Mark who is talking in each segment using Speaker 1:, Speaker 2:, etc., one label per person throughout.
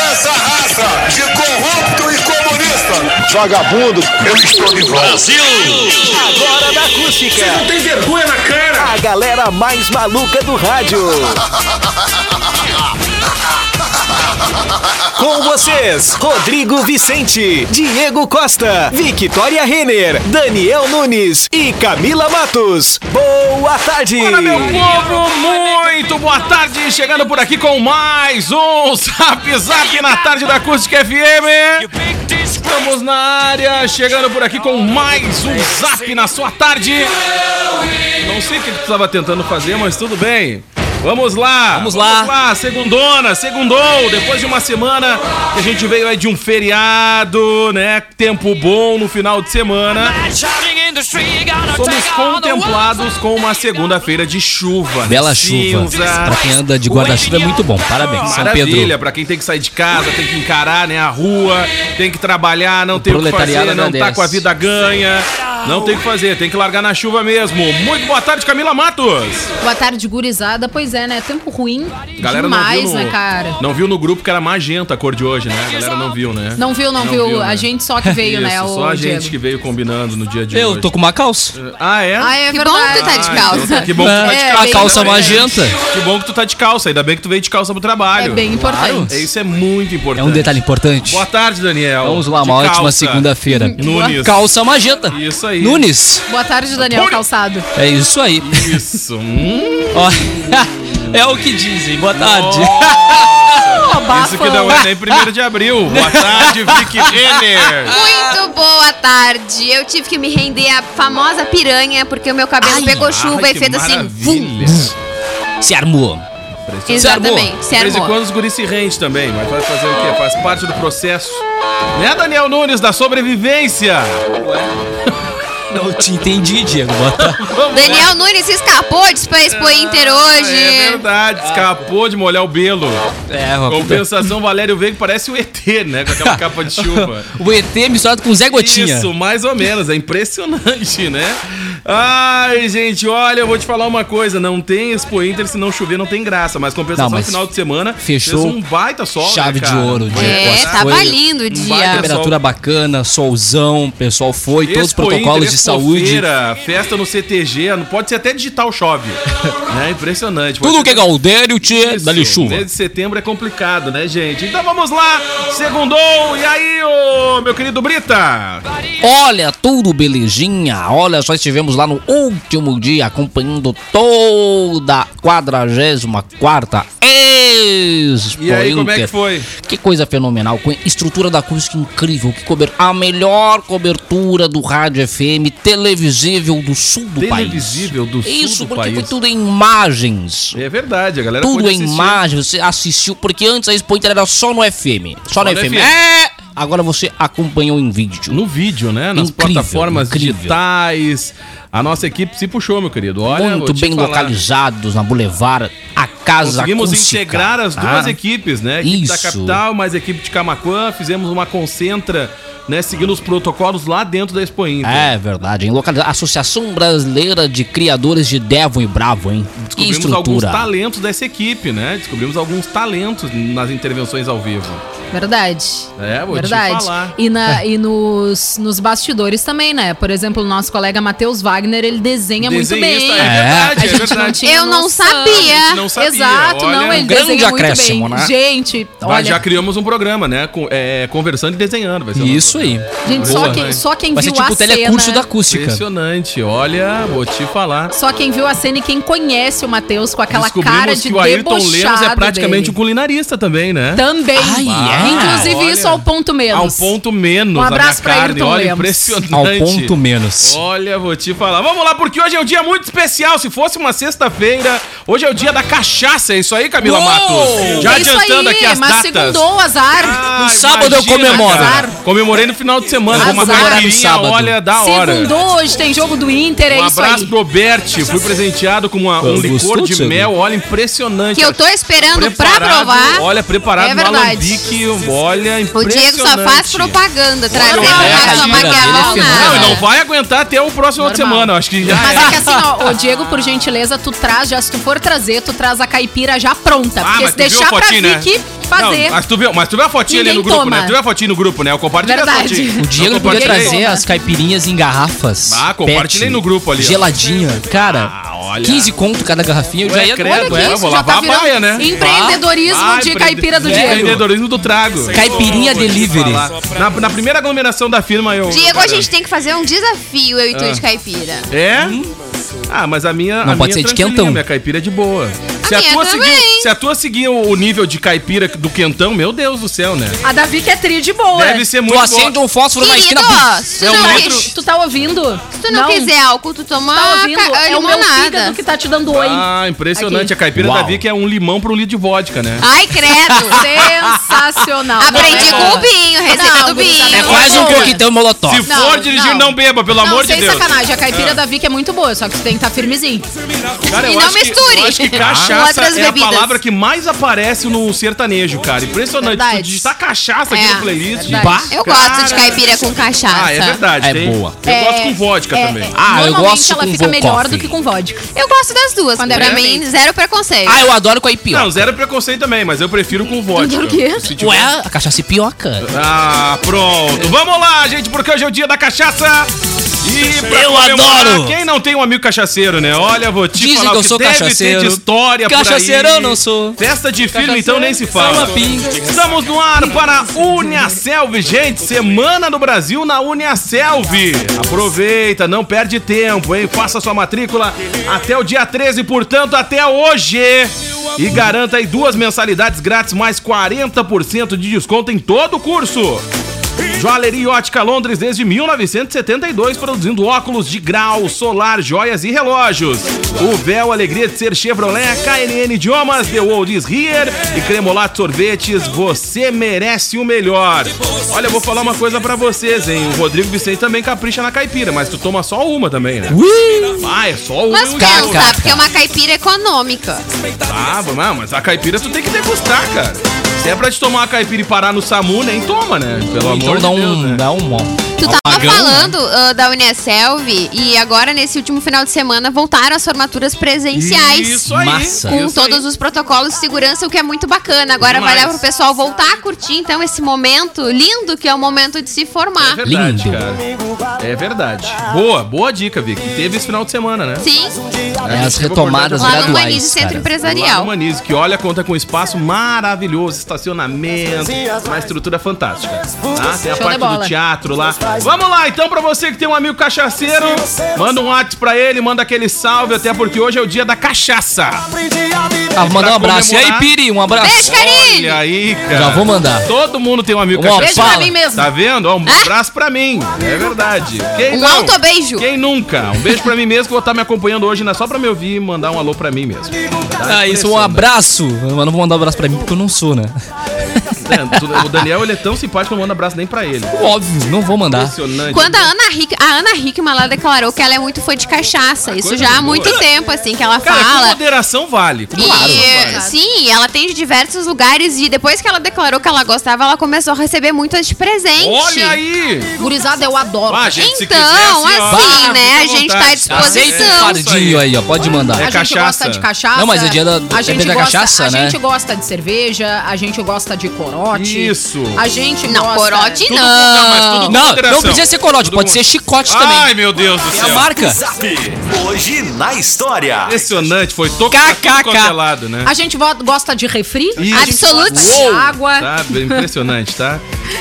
Speaker 1: é essa raça de corrupto e comunista.
Speaker 2: Vagabundo, eu estou de volta.
Speaker 3: Agora da acústica. Você não tem vergonha na cara. A galera mais maluca do rádio. Com vocês, Rodrigo Vicente, Diego Costa, Victoria Renner, Daniel Nunes e Camila Matos. Boa tarde.
Speaker 4: Meu povo, muito boa tarde. Chegando por aqui com mais um Zap Zap na tarde da Acústica FM. Estamos na área, chegando por aqui com mais um Zap na sua tarde. Não sei o que tu estava tentando fazer, mas tudo bem. Vamos lá! Vamos
Speaker 5: lá.
Speaker 4: Vamos lá, segundona, segundou! Depois de uma semana que a gente veio aí de um feriado, né? Tempo bom no final de semana. Somos contemplados com uma segunda-feira de chuva. né?
Speaker 5: Bela chuva.
Speaker 4: Cinza.
Speaker 5: Pra quem anda de guarda-chuva é muito bom. Parabéns, São
Speaker 4: Maravilha,
Speaker 5: Pedro.
Speaker 4: pra quem tem que sair de casa, tem que encarar, né, a rua, tem que trabalhar, não tem o que
Speaker 5: proletariado
Speaker 4: fazer, não tá
Speaker 5: agradece.
Speaker 4: com a vida ganha. Não tem o que fazer, tem que largar na chuva mesmo. Muito boa tarde, Camila Matos.
Speaker 6: Boa tarde, gurizada. Pois é, né? Tempo ruim
Speaker 4: Galera
Speaker 6: demais,
Speaker 4: não viu no,
Speaker 6: né, cara?
Speaker 4: Não viu no grupo que era magenta a cor de hoje, né? A galera não viu, né?
Speaker 6: Não viu, não,
Speaker 4: Não
Speaker 6: viu.
Speaker 4: viu, né?
Speaker 6: A gente só que veio, né?
Speaker 4: Isso,
Speaker 6: o
Speaker 4: só a gente
Speaker 6: Diego.
Speaker 4: que veio combinando no dia de hoje.
Speaker 5: Eu tô com uma calça.
Speaker 4: Ah, é?
Speaker 6: Ah, é que verdade. bom que tu tá de calça.
Speaker 4: Que bom que tu tá de
Speaker 6: É,
Speaker 4: calça.
Speaker 5: a
Speaker 6: bem
Speaker 5: calça
Speaker 6: importante.
Speaker 5: magenta.
Speaker 4: Que bom que tu tá de calça, ainda bem que tu veio de calça pro
Speaker 6: É
Speaker 4: trabalho.
Speaker 6: bem importante.
Speaker 4: É, Isso é muito importante.
Speaker 5: É um detalhe importante.
Speaker 4: Boa tarde, Daniel.
Speaker 5: Vamos lá,
Speaker 4: De
Speaker 5: uma ótima
Speaker 4: calça.
Speaker 5: segunda-feira.
Speaker 4: Nunes.
Speaker 5: Calça magenta.
Speaker 4: Isso aí.
Speaker 5: Nunes.
Speaker 6: Boa tarde, Daniel
Speaker 4: Olha.
Speaker 6: Calçado.
Speaker 5: É isso aí.
Speaker 4: Isso. Hum,
Speaker 5: Ó, é o que dizem. Boa tarde.
Speaker 4: Oh.
Speaker 6: Tá
Speaker 4: isso que não é nem primeiro de abril. Boa tarde, Vic Renner.
Speaker 7: Muito boa tarde. Eu tive que me render à famosa piranha porque o meu cabelo pegou chuva
Speaker 4: Ai,
Speaker 7: e
Speaker 4: que
Speaker 7: fez assim, vum.
Speaker 4: maravilha.
Speaker 5: Se armou.
Speaker 7: Exatamente, se
Speaker 6: é
Speaker 4: De vez em
Speaker 7: armou.
Speaker 4: quando os guris se rende também, mas vai fazer o quê? Faz parte do processo. Né, Daniel Nunes, da sobrevivência?
Speaker 5: Não te entendi, Diego. Boa tarde.
Speaker 4: né?
Speaker 7: Daniel Nunes se escapou de pra Expo Inter hoje.
Speaker 4: É verdade, escapou de molhar o belo.
Speaker 5: É, uma puta-
Speaker 4: Compensação, Valério Veiga parece o ET, né? Com aquela capa de chuva.
Speaker 5: O ET misturado com o Zé Gotinha.
Speaker 4: Isso, mais ou menos. É impressionante, né? Ai, gente, olha, eu vou te falar uma coisa. Não tem Expo Inter, se não chover, não tem graça. Mas compensação
Speaker 5: Não, mas
Speaker 4: final de semana.
Speaker 5: fechou
Speaker 4: Fez um baita sol.
Speaker 5: Chave
Speaker 4: né,
Speaker 5: de
Speaker 4: cara? tá
Speaker 5: ouro, Diego.
Speaker 7: É,
Speaker 5: Costa.
Speaker 7: tava
Speaker 5: Foi-
Speaker 7: lindo o dia.
Speaker 4: baita-
Speaker 5: Temperatura bacana, solzão, o pessoal foi, todos os
Speaker 4: Expo
Speaker 5: protocolos
Speaker 4: Inter,
Speaker 5: de
Speaker 4: Expo
Speaker 5: saúde.
Speaker 4: Feira, festa no CTG, não pode ser até digital chove. né? Impressionante. Pode
Speaker 5: Tudo
Speaker 4: ser
Speaker 5: que é gaudério, tchê,
Speaker 4: Isso,
Speaker 5: dá-lhe chuva.
Speaker 4: Mês de setembro é complicado, né, gente? Então vamos lá, segundou. E aí, ô, meu querido Brita?
Speaker 5: Olha, tudo belezinha. Olha, só estivemos lá no último dia acompanhando toda a 44 Expo
Speaker 4: E aí, como é que
Speaker 5: Inter.
Speaker 4: foi?
Speaker 5: Que coisa fenomenal, com estrutura da acústica incrível, que cober... a melhor cobertura do rádio FM televisível do sul do
Speaker 4: Televisível do
Speaker 5: país.
Speaker 4: sul
Speaker 5: Isso,
Speaker 4: do
Speaker 5: porque
Speaker 4: país.
Speaker 5: foi tudo em imagens.
Speaker 4: É verdade, a galera
Speaker 5: Tudo
Speaker 4: pôde
Speaker 5: em
Speaker 4: assistir.
Speaker 5: imagem, você assistiu, porque antes a Expo Inter era só no FM. Só, no,
Speaker 4: no
Speaker 5: FM.
Speaker 4: FM.
Speaker 5: É! Agora você acompanhou em vídeo.
Speaker 4: No vídeo, né? Nas
Speaker 5: Incrível,
Speaker 4: plataformas
Speaker 5: incrível.
Speaker 4: digitais. A nossa equipe se puxou, meu querido. Olha, vou
Speaker 5: Muito
Speaker 4: te
Speaker 5: bem
Speaker 4: falar.
Speaker 5: localizados na Boulevard, a casa
Speaker 4: Conseguimos
Speaker 5: acústica,
Speaker 4: integrar as
Speaker 5: tá?
Speaker 4: duas equipes, né? A Equipe da
Speaker 5: Isso.
Speaker 4: capital, mais a equipe de Camacuã. Fizemos uma concentra, né? Seguindo os protocolos lá dentro da Expo Inter.
Speaker 5: É verdade, em localiza... Associação Brasileira de Criadores de Devon e Bravo, hein? Que
Speaker 4: Descobrimos alguns
Speaker 5: estrutura.
Speaker 4: talentos dessa equipe, né? Descobrimos alguns talentos nas intervenções ao vivo.
Speaker 6: Verdade.
Speaker 4: É, vou te
Speaker 6: Verdade.
Speaker 4: falar.
Speaker 6: E, na, e nos, nos bastidores também, né? Por exemplo, o nosso colega Matheus Wagner, ele desenha muito bem.
Speaker 4: Desenhista,
Speaker 5: É.
Speaker 4: verdade,
Speaker 6: A
Speaker 4: é
Speaker 6: gente não
Speaker 4: verdade.
Speaker 6: tinha
Speaker 7: Eu não
Speaker 6: noção.
Speaker 7: sabia.
Speaker 4: A gente não sabia,
Speaker 6: Exato,
Speaker 4: olha.
Speaker 6: não,
Speaker 4: Um
Speaker 6: ele
Speaker 5: grande
Speaker 6: desenha muito bem.
Speaker 5: acréscimo, né?
Speaker 6: Gente,
Speaker 4: Mas
Speaker 6: olha,
Speaker 4: já criamos um programa, né? Com- é, conversando e desenhando. Vai ser o nosso
Speaker 5: Isso aí.
Speaker 6: gente, só
Speaker 4: Boa,
Speaker 6: quem,
Speaker 4: né?
Speaker 6: só quem
Speaker 5: Vai ser
Speaker 6: viu
Speaker 5: tipo
Speaker 6: a
Speaker 5: o telecurso
Speaker 6: cena...
Speaker 5: da acústica.
Speaker 4: Impressionante, olha, vou te falar.
Speaker 6: Só quem viu a cena e quem conhece o Matheus com aquela
Speaker 4: Descobrimos
Speaker 6: cara de
Speaker 4: que o Ayrton
Speaker 6: debochado
Speaker 4: Lemos é praticamente um
Speaker 6: dele.
Speaker 4: culinarista também, né?
Speaker 6: Também.
Speaker 5: Ai, é?
Speaker 6: Inclusive,
Speaker 4: Olha.
Speaker 6: isso ao ponto menos.
Speaker 4: Ao ponto menos.
Speaker 6: Um
Speaker 4: a minha
Speaker 6: abraço pra
Speaker 4: carne,
Speaker 6: Ayrton
Speaker 4: Olha,
Speaker 6: Lemos.
Speaker 4: impressionante.
Speaker 5: Ao ponto menos.
Speaker 4: Olha, vou te falar. Vamos lá, porque hoje é um dia muito especial. Se fosse uma sexta-feira, hoje é o dia da cachaça, é isso aí, Camila
Speaker 8: Uou!
Speaker 4: Matos? Já
Speaker 6: É isso
Speaker 4: adiantando
Speaker 6: aí,
Speaker 4: aqui as
Speaker 6: mas
Speaker 4: datas.
Speaker 6: segundou o azar.
Speaker 4: Ah,
Speaker 8: No sábado eu
Speaker 4: imagina,
Speaker 8: comemoro.
Speaker 4: cara. Comemorei no final de semana.
Speaker 6: Azar.
Speaker 4: Vou comemorar no sábado. tá, Olha, da hora.
Speaker 6: Segundou hoje, tem jogo do Inter, é
Speaker 4: Um
Speaker 6: isso
Speaker 4: abraço
Speaker 6: aí.
Speaker 4: pro Bert. Fui presenteado com uma- um
Speaker 5: Gostou,
Speaker 4: licor de
Speaker 5: Thiago?
Speaker 4: mel. Olha, impressionante.
Speaker 7: Que eu tô esperando pra
Speaker 4: Preparado,
Speaker 7: provar.
Speaker 4: Olha, preparado
Speaker 7: É
Speaker 4: no
Speaker 7: verdade.
Speaker 4: alambique. Olha,
Speaker 7: O
Speaker 4: impressionante.
Speaker 7: Diego só faz propaganda, trazer
Speaker 4: Olha, é,
Speaker 7: pra nós uma
Speaker 5: gira,
Speaker 7: maquiagem.
Speaker 5: ele
Speaker 4: Não,
Speaker 5: é
Speaker 4: e
Speaker 5: fenômeno.
Speaker 4: não vai aguentar até o próximo final de
Speaker 6: Normal.
Speaker 4: semana. Acho que já
Speaker 6: Mas
Speaker 4: é.
Speaker 6: é que assim, ó, o Diego, por gentileza, tu traz já, se tu for trazer, tu traz a caipira já pronta.
Speaker 4: Ah,
Speaker 6: porque
Speaker 4: mas
Speaker 6: se
Speaker 4: tu viu
Speaker 6: deixar
Speaker 4: a
Speaker 6: pra
Speaker 4: fotinho, né?
Speaker 6: Vicky fazer.
Speaker 4: Não, mas tu viu, mas tu viu a fotinha ali no
Speaker 6: Ninguém
Speaker 4: grupo,
Speaker 6: toma.
Speaker 4: né? Tu viu a fotinha no grupo, né? Eu compartilhei a
Speaker 6: Verdade.
Speaker 4: fotinha.
Speaker 6: O
Speaker 5: O Diego
Speaker 4: Eu
Speaker 5: ele podia
Speaker 4: compartilhei.
Speaker 5: trazer as caipirinhas em garrafas.
Speaker 4: Ah, compartilhei
Speaker 5: pet,
Speaker 4: no grupo ali, ó.
Speaker 5: Geladinha. Cara,
Speaker 4: Ah, olha.
Speaker 5: 15 conto cada garrafinha. Eu já
Speaker 4: Ué,
Speaker 5: ia
Speaker 4: credo,
Speaker 5: olha
Speaker 4: é,
Speaker 5: aqui.
Speaker 4: eu vou
Speaker 6: já
Speaker 4: lavar
Speaker 6: tá
Speaker 4: a baia, né?
Speaker 6: virando empreendedorismo
Speaker 4: Ah,
Speaker 6: de
Speaker 4: empreende-
Speaker 6: caipira do Diego.
Speaker 4: Empreendedorismo do trago.
Speaker 5: Caipirinha delivery.
Speaker 4: Na, na primeira aglomeração da firma eu.
Speaker 7: Diego, a gente tem que fazer um desafio, eu e tu de caipira.
Speaker 4: É? Ah, mas a minha.
Speaker 5: Não
Speaker 4: a minha
Speaker 5: pode ser de
Speaker 4: tranquilinha,
Speaker 5: quentão.
Speaker 4: Minha caipira é de boa. Se a,
Speaker 7: minha
Speaker 4: tua
Speaker 7: também.
Speaker 4: seguir, se a tua seguir o, o nível de caipira do quentão, meu Deus do céu, né?
Speaker 6: A da Vicky é tri de boa.
Speaker 4: Deve ser muito
Speaker 5: Tu acende
Speaker 4: boa.
Speaker 5: um fósforo na
Speaker 7: Querido,
Speaker 5: esquina.
Speaker 7: ó,
Speaker 5: pum.
Speaker 7: se tu
Speaker 4: É um
Speaker 7: não,
Speaker 4: litro.
Speaker 7: quis-
Speaker 6: Tu tá ouvindo?
Speaker 7: se tu não quiser álcool, tu toma
Speaker 6: Tá ouvindo?
Speaker 7: ca-
Speaker 6: É o meu
Speaker 7: limonada.
Speaker 6: fígado que tá te dando oi.
Speaker 4: Ah, impressionante.
Speaker 6: Aqui.
Speaker 4: A caipira
Speaker 5: Uau.
Speaker 4: da Vic é um limão para um litro de vodka, né?
Speaker 7: Ai, credo.
Speaker 6: Sensacional.
Speaker 7: Aprendi
Speaker 6: Não,
Speaker 7: com
Speaker 6: é-
Speaker 7: o Binho, receita
Speaker 6: Não,
Speaker 7: do
Speaker 6: gurizada,
Speaker 7: Binho.
Speaker 5: É quase um
Speaker 6: boa.
Speaker 5: coquetel molotov.
Speaker 4: Se
Speaker 7: Ah, Não,
Speaker 4: for dirigir, não.
Speaker 7: não.
Speaker 4: beba, pelo
Speaker 6: Não,
Speaker 4: amor de
Speaker 6: sem
Speaker 4: Deus. Ah.
Speaker 6: sacanagem, a caipira da Vicky é muito boa, só que tu tem que estar firmezinho.
Speaker 4: Cara,
Speaker 7: E
Speaker 4: eu
Speaker 7: não
Speaker 4: acho que-
Speaker 7: misture.
Speaker 4: eu acho que
Speaker 7: Com
Speaker 4: cachaça
Speaker 7: outras
Speaker 4: é a
Speaker 7: bebidas.
Speaker 4: palavra que mais aparece no sertanejo, cara. Impressionante.
Speaker 7: Verdade.
Speaker 4: Tu digitar cachaça aqui
Speaker 7: É,
Speaker 4: no playlist.
Speaker 6: verdade.
Speaker 4: bah,
Speaker 7: Eu gosto de
Speaker 4: cara.
Speaker 7: caipira com cachaça.
Speaker 4: Ah, é verdade.
Speaker 5: É
Speaker 4: tem-
Speaker 5: boa.
Speaker 4: Eu gosto com vodka
Speaker 6: é,
Speaker 4: também.
Speaker 5: Ah, eu
Speaker 6: Normalmente
Speaker 5: gosto
Speaker 6: ela
Speaker 5: com
Speaker 6: fica
Speaker 5: vodka.
Speaker 6: melhor do que com vodka.
Speaker 7: Eu gosto das duas.
Speaker 6: Quando é
Speaker 7: pra
Speaker 6: pra
Speaker 7: mim,
Speaker 6: mim.
Speaker 7: zero preconceito.
Speaker 5: Ah, eu adoro com a ipioca.
Speaker 4: Não, zero preconceito também, mas eu prefiro com vodka.
Speaker 6: Por quê?
Speaker 4: Se tiver-
Speaker 5: Ué, a cachaça é pioca.
Speaker 4: Ah, pronto. Vamos lá, gente, porque hoje é o dia da cachaça. E pra
Speaker 5: Eu
Speaker 4: comemorar,
Speaker 5: adoro.
Speaker 4: Quem não tem um amigo cachaceiro, né? Olha, vou te
Speaker 5: Dizem
Speaker 4: falar
Speaker 5: que
Speaker 4: o
Speaker 5: eu sou
Speaker 4: deve
Speaker 5: cachaceiro.
Speaker 4: ter de história
Speaker 5: Cachaceiro
Speaker 4: por aí.
Speaker 5: eu não sou.
Speaker 4: Festa de filho,
Speaker 5: Cachaceiro
Speaker 4: então nem se
Speaker 5: sou
Speaker 4: fala.
Speaker 5: uma pinga.
Speaker 4: Estamos no ar para a Uniaselv, gente. Semana no Brasil na Uniaselv. Aproveita, não perde tempo, hein? Faça sua matrícula até o dia 13, portanto, até hoje. E garanta aí duas mensalidades grátis, mais 40% de desconto em todo o curso. Joalheria e Ótica Londres desde 1972, produzindo óculos de grau, solar, joias e relógios. O véu Alegria de Ser Chevrolet, KNN Idiomas, The Oldies Here e Cremolato Sorvetes, você merece o melhor. Olha, eu vou falar uma coisa pra vocês, hein? O Rodrigo Vicente também capricha na caipira, mas tu toma só uma também, né? Ah, é só uma.
Speaker 7: Mas
Speaker 4: e um
Speaker 5: cara,
Speaker 4: gelo.
Speaker 7: pensa,
Speaker 5: cara.
Speaker 7: porque é uma caipira econômica.
Speaker 4: Ah, mas- mas a caipira tu tem que degustar, cara. Se é pra te tomar a caipira e parar no SAMU, nem toma, né? Pelo amor
Speaker 5: Então
Speaker 4: de
Speaker 5: dá
Speaker 4: Deus, né?
Speaker 5: um, dá um, ó.
Speaker 7: Tu
Speaker 5: um
Speaker 7: tava
Speaker 5: apagão,
Speaker 7: falando ah, da Unicelv e agora, nesse último final de semana, voltaram as formaturas presenciais.
Speaker 4: Isso aí.
Speaker 5: Massa.
Speaker 7: Com
Speaker 4: Isso
Speaker 7: todos os protocolos de segurança, o que é muito bacana. Agora vai
Speaker 4: Demais.
Speaker 7: dar pro pessoal voltar a curtir, então, esse momento lindo que é o momento de se
Speaker 4: É
Speaker 7: formar.
Speaker 4: verdade,
Speaker 5: Lindo.
Speaker 4: cara. É verdade. Boa, boa dica, Vic. Teve esse final de semana, né?
Speaker 7: Sim,
Speaker 5: É as retomadas
Speaker 7: lá no
Speaker 5: graduais. Tá.
Speaker 7: Manise Centro
Speaker 5: cara.
Speaker 4: Lá no
Speaker 7: Empresarial.
Speaker 4: Manise, que olha, conta com um espaço maravilhoso, estacionamento, uma estrutura fantástica. Tá? Tem a
Speaker 6: de
Speaker 4: parte do
Speaker 6: bola.
Speaker 4: teatro lá. Vamos lá, então, pra você que tem um amigo cachaceiro, manda um WhatsApp pra ele, manda aquele salve, até porque hoje é o dia da cachaça.
Speaker 5: Ah, vou mandar um
Speaker 4: Pra
Speaker 5: abraço. E aí,
Speaker 4: comemorar.
Speaker 5: Piri, um abraço.
Speaker 7: Beijo, Karine!
Speaker 4: Olha aí, cara.
Speaker 5: Já vou mandar.
Speaker 4: Todo mundo tem um amigo
Speaker 5: Uma
Speaker 4: cachaceiro.
Speaker 6: Beijo pra
Speaker 5: Fala.
Speaker 6: mim mesmo.
Speaker 4: Tá vendo? Ó, Um
Speaker 7: Ah?
Speaker 4: abraço pra mim. É verdade. Quem
Speaker 7: Um
Speaker 4: não?
Speaker 7: autobeijo.
Speaker 4: Quem nunca? Um beijo pra mim mesmo que vou estar me acompanhando hoje, né? Só pra me ouvir e mandar um alô pra mim mesmo.
Speaker 5: Ah, isso, um abraço. Mas não vou mandar um abraço pra mim porque eu não sou, né?
Speaker 4: É, tu- O Daniel, ele é tão simpático que eu não mando abraço nem pra ele.
Speaker 5: Óbvio, não vou mandar.
Speaker 4: Impressionante.
Speaker 7: Quando a Ana, Hick, a Ana Hickman lá declarou que ela é muito fã de cachaça. Isso
Speaker 4: coisa
Speaker 7: já há
Speaker 4: boa.
Speaker 7: muito tempo, assim, que ela
Speaker 4: Cara, com
Speaker 7: fala.
Speaker 4: moderação vale. Com moderação
Speaker 7: E,
Speaker 4: vale.
Speaker 7: sim, ela tem de diversos lugares e depois que ela declarou que ela gostava, ela começou a receber muitas de presente.
Speaker 4: Olha aí!
Speaker 6: Gurizada, eu adoro.
Speaker 4: Ah,
Speaker 7: Então,
Speaker 4: ó,
Speaker 7: assim,
Speaker 4: fica
Speaker 7: né,
Speaker 4: à
Speaker 7: a gente tá à
Speaker 4: vontade.
Speaker 5: Aceita o
Speaker 7: Posição.
Speaker 5: fardinho aí, ó. Pode mandar.
Speaker 4: É
Speaker 6: a gente
Speaker 4: cachaça.
Speaker 6: gosta de cachaça.
Speaker 5: Não, mas o dia da-
Speaker 6: a
Speaker 5: é
Speaker 6: gente
Speaker 5: bem da
Speaker 6: gosta,
Speaker 5: cachaça,
Speaker 6: a
Speaker 5: né?
Speaker 6: gente gosta de cerveja, a gente gosta de corote.
Speaker 4: Isso.
Speaker 6: A gente
Speaker 7: Não,
Speaker 6: gosta...
Speaker 7: corote
Speaker 4: Tudo- não, mas tudo
Speaker 7: não.
Speaker 4: com
Speaker 5: Não, não
Speaker 4: moderação.
Speaker 5: precisa ser corote,
Speaker 4: Tudo
Speaker 5: pode
Speaker 4: com-
Speaker 5: ser chicote
Speaker 4: Ai,
Speaker 5: também.
Speaker 4: meu Deus do
Speaker 5: É a
Speaker 4: céu.
Speaker 5: marca.
Speaker 9: Zap, hoje na história.
Speaker 4: Impressionante, foi toco pra tudo
Speaker 5: KKK.
Speaker 4: quanto é lado, né?
Speaker 6: A gente vo- gosta de refri.
Speaker 7: Absolute.
Speaker 6: De água.
Speaker 4: Tá, impressionante, tá?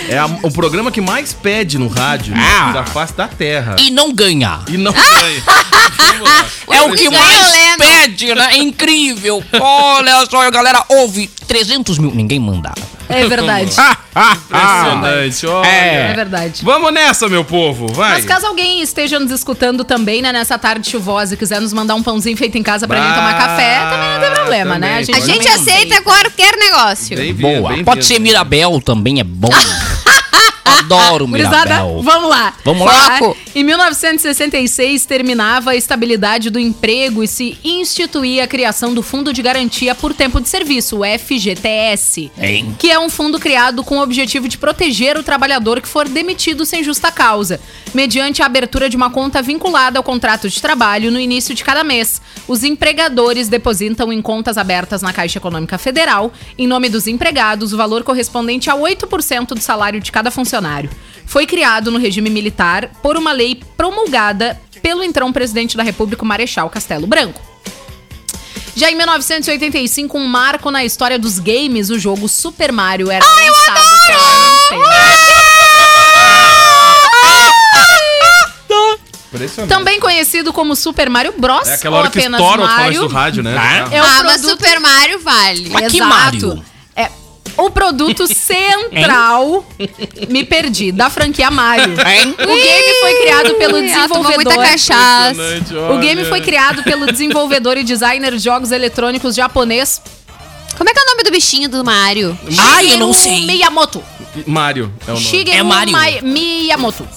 Speaker 4: É a- o programa que mais pede no rádio né?
Speaker 5: Ah.
Speaker 4: da face da terra.
Speaker 5: E não ganhar.
Speaker 4: E não ganha. Vamos lá.
Speaker 5: É o que
Speaker 7: Isso é
Speaker 5: mais
Speaker 7: violento.
Speaker 5: pede, né? É incrível. Olha só, galera, houve 300 mil. Ninguém mandava.
Speaker 6: É verdade.
Speaker 5: Ah.
Speaker 4: Impressionante, olha.
Speaker 6: É verdade.
Speaker 4: Vamos nessa, meu povo, vai.
Speaker 6: Mas caso alguém esteja nos escutando também, né, nessa tarde chuvosa e quiser nos mandar um pãozinho feito em casa pra
Speaker 4: Bah,
Speaker 6: gente tomar café, também não tem problema,
Speaker 4: também,
Speaker 6: né?
Speaker 7: A
Speaker 4: Olha,
Speaker 7: gente
Speaker 6: também-
Speaker 7: aceita qualquer negócio.
Speaker 4: Bem-vindo,
Speaker 5: Boa.
Speaker 4: bem-vindo.
Speaker 5: Pode ser Mirabel também, é bom. Adoro
Speaker 6: Gurizada,
Speaker 5: Mirabel.
Speaker 6: vamos lá. Tá.
Speaker 5: Vamos lá.
Speaker 7: Foco.
Speaker 6: Em 1966, terminava a estabilidade do emprego e se instituía a criação do Fundo de Garantia por Tempo de Serviço, o FGTS.
Speaker 5: Hein?
Speaker 6: Que é um fundo criado com o objetivo de proteger o trabalhador que for demitido sem justa causa, mediante a abertura de uma conta vinculada ao contrato de trabalho no início de cada mês. Os empregadores depositam em contas abertas na Caixa Econômica Federal, em nome dos empregados, o valor correspondente a 8% do salário de cada funcionário. Foi criado no regime militar por uma lei promulgada pelo então presidente da República, o Marechal Castelo Branco. Já em 1985, um marco na história dos games, o jogo Super Mario era lançado pela Nintendo.
Speaker 4: Impressionante.
Speaker 6: Também conhecido como Super Mario Bros.
Speaker 4: É aquela hora
Speaker 6: ou
Speaker 4: que
Speaker 6: apenas
Speaker 4: estoura o fone
Speaker 6: Mario.
Speaker 4: do rádio, né?
Speaker 5: Ah,
Speaker 6: É o
Speaker 7: ah, mas
Speaker 6: produto-
Speaker 7: Super Mario vale.
Speaker 5: Mas que Mario?
Speaker 6: É o produto central. me perdi, da franquia Mario.
Speaker 5: Hein?
Speaker 6: O game foi criado pelo
Speaker 7: Ela tomou
Speaker 6: desenvolvedor.
Speaker 7: muita cachaça.
Speaker 6: O game foi criado pelo desenvolvedor e designer de jogos eletrônicos japonês
Speaker 7: Como é que é o nome do bichinho do Mario?
Speaker 5: Ai, eu
Speaker 6: Shigeru
Speaker 5: não sei.
Speaker 6: Miyamoto.
Speaker 4: Mário é o nome.
Speaker 6: Shigeru
Speaker 5: É Mario.
Speaker 6: Mai- Miyamoto.